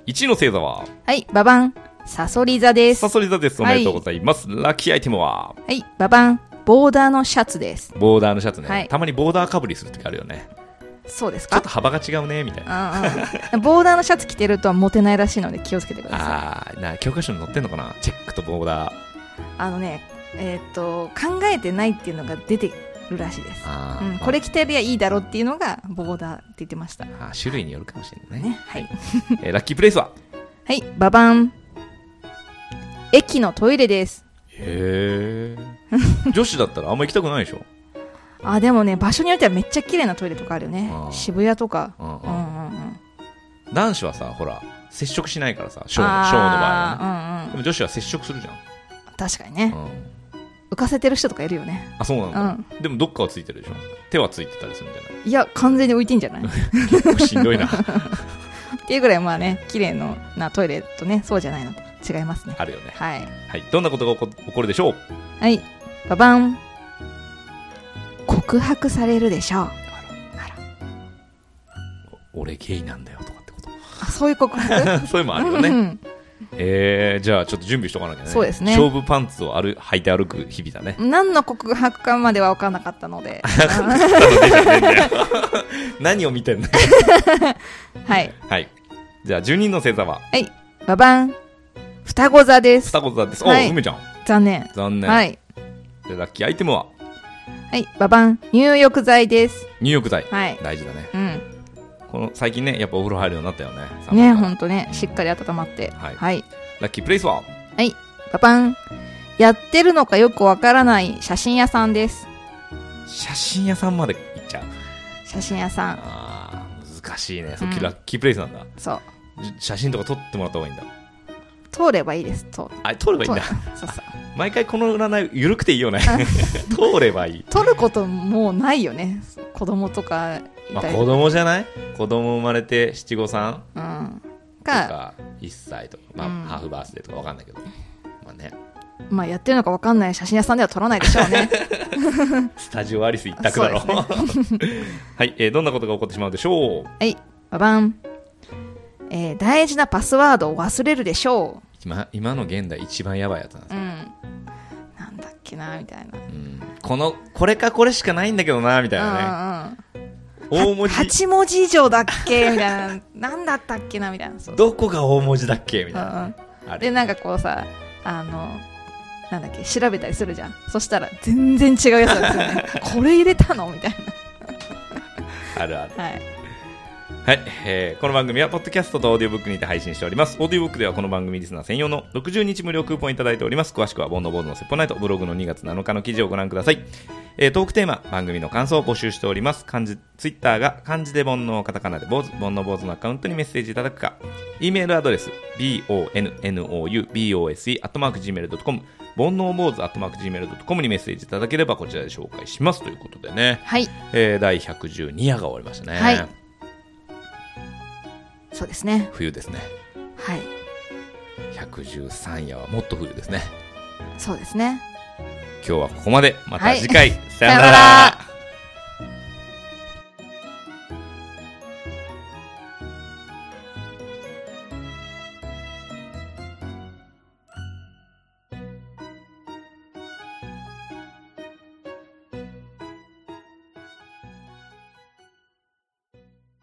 [SPEAKER 1] 1位の星座は、
[SPEAKER 2] はい、ババン。サソリ座です。
[SPEAKER 1] サ
[SPEAKER 2] は
[SPEAKER 1] ソリ座です。おめでとうございます。ラッキーアイテムは、
[SPEAKER 2] い、ババン。ボーダーのシャツです。
[SPEAKER 1] ボーダーのシャツね。
[SPEAKER 2] はい
[SPEAKER 1] たまにボーダーかぶりするときあるよね。
[SPEAKER 2] そうです
[SPEAKER 1] ちょっ
[SPEAKER 2] か
[SPEAKER 1] と幅が違うね、みたいな。
[SPEAKER 2] うんうん、 (laughs) ボーダーのシャツ着てるとはモテないらしいので気をつけてください
[SPEAKER 1] あー、な、教科書に載ってんのかなチェックとボーダー。
[SPEAKER 2] あのねえーっと考えてないっていうのが出てるらしいです、
[SPEAKER 1] あ
[SPEAKER 2] う
[SPEAKER 1] ー
[SPEAKER 2] ん、これ着てりゃいいだろうっていうのがボーダーって言ってましたね
[SPEAKER 1] あー種類によるかもしれない
[SPEAKER 2] (laughs)
[SPEAKER 1] ね。
[SPEAKER 2] はい、
[SPEAKER 1] えーラッキープレイスは
[SPEAKER 2] はい、ババン駅のトイレです
[SPEAKER 1] へえ。女子だったらあんま行きたくないでしょ。
[SPEAKER 2] あでもね場所によってはめっちゃ綺麗なトイレとかあるよね
[SPEAKER 1] あー
[SPEAKER 2] 渋谷とか
[SPEAKER 1] うん
[SPEAKER 2] うんうんうん
[SPEAKER 1] 男子はさ、ほら、接触しないからさ、ショーの
[SPEAKER 2] あー
[SPEAKER 1] ショーの場合はね。
[SPEAKER 2] うん
[SPEAKER 1] でも女子は接触するじゃ
[SPEAKER 2] うん、確かにね
[SPEAKER 1] ん。うん
[SPEAKER 2] 浮かせてる人とかいるよね
[SPEAKER 1] あ、そうなん
[SPEAKER 2] う
[SPEAKER 1] だ。
[SPEAKER 2] ん
[SPEAKER 1] でもどっかはついてるでしょ。手はついてたりするんじゃない
[SPEAKER 2] いや完全に浮いてんじゃな
[SPEAKER 1] (laughs)
[SPEAKER 2] いっ
[SPEAKER 1] 結構しん
[SPEAKER 2] (laughs)
[SPEAKER 1] どいな。
[SPEAKER 2] ていうぐらいまあね綺麗のなトイレとねそうじゃないのと違いますね
[SPEAKER 1] あるよね。
[SPEAKER 2] はい
[SPEAKER 1] はい。どんなことが起こ起こるでしょう
[SPEAKER 2] はい、ババン。告白されるでしょう。
[SPEAKER 1] 俺ゲイなんだよとかってこと。
[SPEAKER 2] あ、そういう告白
[SPEAKER 1] そう (laughs) いうのもあるよ
[SPEAKER 2] う
[SPEAKER 1] ね。
[SPEAKER 2] ん
[SPEAKER 1] えー、じゃあちょっと準備しとかなきゃね。
[SPEAKER 2] そうですね
[SPEAKER 1] 勝負パンツを歩履いて歩く日々
[SPEAKER 2] (laughs)
[SPEAKER 1] だね。
[SPEAKER 2] 何の告白かまでは分からなかった
[SPEAKER 1] (laughs)
[SPEAKER 2] ので。は
[SPEAKER 1] 何を見てんの
[SPEAKER 2] い。
[SPEAKER 1] はい。じゃあ10人の星座は
[SPEAKER 2] はい。ババン。双子座です。
[SPEAKER 1] 双子座です。おう、
[SPEAKER 2] はい
[SPEAKER 1] 梅ちゃん。
[SPEAKER 2] 残念。
[SPEAKER 1] 残念。
[SPEAKER 2] はい。
[SPEAKER 1] でラッキーアイテムは
[SPEAKER 2] はい。ババン。入浴剤です。
[SPEAKER 1] 入浴剤。
[SPEAKER 2] はい。
[SPEAKER 1] 大事だね。
[SPEAKER 2] うん。
[SPEAKER 1] この最近ね、やっぱお風呂入るようになったよね。寒い
[SPEAKER 2] ね、
[SPEAKER 1] から
[SPEAKER 2] ほんとね。しっかり温まって。
[SPEAKER 1] はい
[SPEAKER 2] はい。
[SPEAKER 1] ラッキープレイスは
[SPEAKER 2] はい。ババン。やってるのかよくわからない写真屋さんです。
[SPEAKER 1] 写真屋さんまで行っちゃう。
[SPEAKER 2] 写真屋さん。
[SPEAKER 1] あー、難しいね。そっ
[SPEAKER 2] うん
[SPEAKER 1] ラッキープレイスなんだ。
[SPEAKER 2] そう。
[SPEAKER 1] じ写真とか撮ってもらった方がいいんだ。
[SPEAKER 2] 通ればいいです。と。
[SPEAKER 1] あ、撮ればいいんだ。
[SPEAKER 2] そうそう。
[SPEAKER 1] 毎回この占い、ゆるくていいよね。 (laughs) 撮ればいい。
[SPEAKER 2] 取ることもうないよね子供とかい
[SPEAKER 1] まあ
[SPEAKER 2] たり、
[SPEAKER 1] 子供じゃない子供生まれて七五三
[SPEAKER 2] うん、
[SPEAKER 1] と
[SPEAKER 2] が、
[SPEAKER 1] か1歳とか、まあ
[SPEAKER 2] うん
[SPEAKER 1] ハーフバースデーとかわかんないけど。まあね、
[SPEAKER 2] まあ、やってるのか分かんない写真屋さんでは撮らないでしょう
[SPEAKER 1] (laughs)
[SPEAKER 2] ね
[SPEAKER 1] スタジオアリス一択だろ。 (laughs) はい、えーどんなことが起こってしまうでしょう
[SPEAKER 2] はいババン、えー大事なパスワードを忘れるでしょ
[SPEAKER 1] 今今の現代一番やばいやつなんです
[SPEAKER 2] うう
[SPEAKER 1] よ、
[SPEAKER 2] んなんだっけなみたいな
[SPEAKER 1] うんこのこれかこれしかないんだけどなみたいなね大
[SPEAKER 2] うんうん、
[SPEAKER 1] 文字
[SPEAKER 2] 8文字以上だっけみたいななんだったっけなみたいなそう、
[SPEAKER 1] どこが大文字だっけみ
[SPEAKER 2] う
[SPEAKER 1] たいな、
[SPEAKER 2] ん
[SPEAKER 1] あ
[SPEAKER 2] うん、で
[SPEAKER 1] れ
[SPEAKER 2] なんかこうさあのなんだっけ調べたりするじゃんそしたら全然違うやつなんですよね (laughs) これ入れたのみたい
[SPEAKER 1] あるある
[SPEAKER 2] なはい
[SPEAKER 1] はい、えーこの番組はポッドキャストとオーディオブックにて配信しておりますオーディオブックではこの番組リスナー専用の60日無料クーポンいただいております詳しくはボンドボードのセッポナイトブログの2月7日の記事をご覧ください、えートークテーマ番組の感想を募集しております漢字ツイッターが漢字で煩悩カタカナで坊主煩悩坊主のアカウントにメッセージいただくか E メールアドレス bonoubose.gmail.com 煩悩坊主 .gmail.com にメッセージいただければこちらで紹介しますということでね、
[SPEAKER 2] はい
[SPEAKER 1] えー第112夜が終わりましたね、
[SPEAKER 2] はいそうですね
[SPEAKER 1] 冬ですね
[SPEAKER 2] はい
[SPEAKER 1] 113夜はもっと冬ですね
[SPEAKER 2] そうですね
[SPEAKER 1] 今日はここまでまた次回、さ
[SPEAKER 2] (laughs) さ
[SPEAKER 1] よ
[SPEAKER 2] よ
[SPEAKER 1] な
[SPEAKER 2] な
[SPEAKER 1] ら
[SPEAKER 2] ら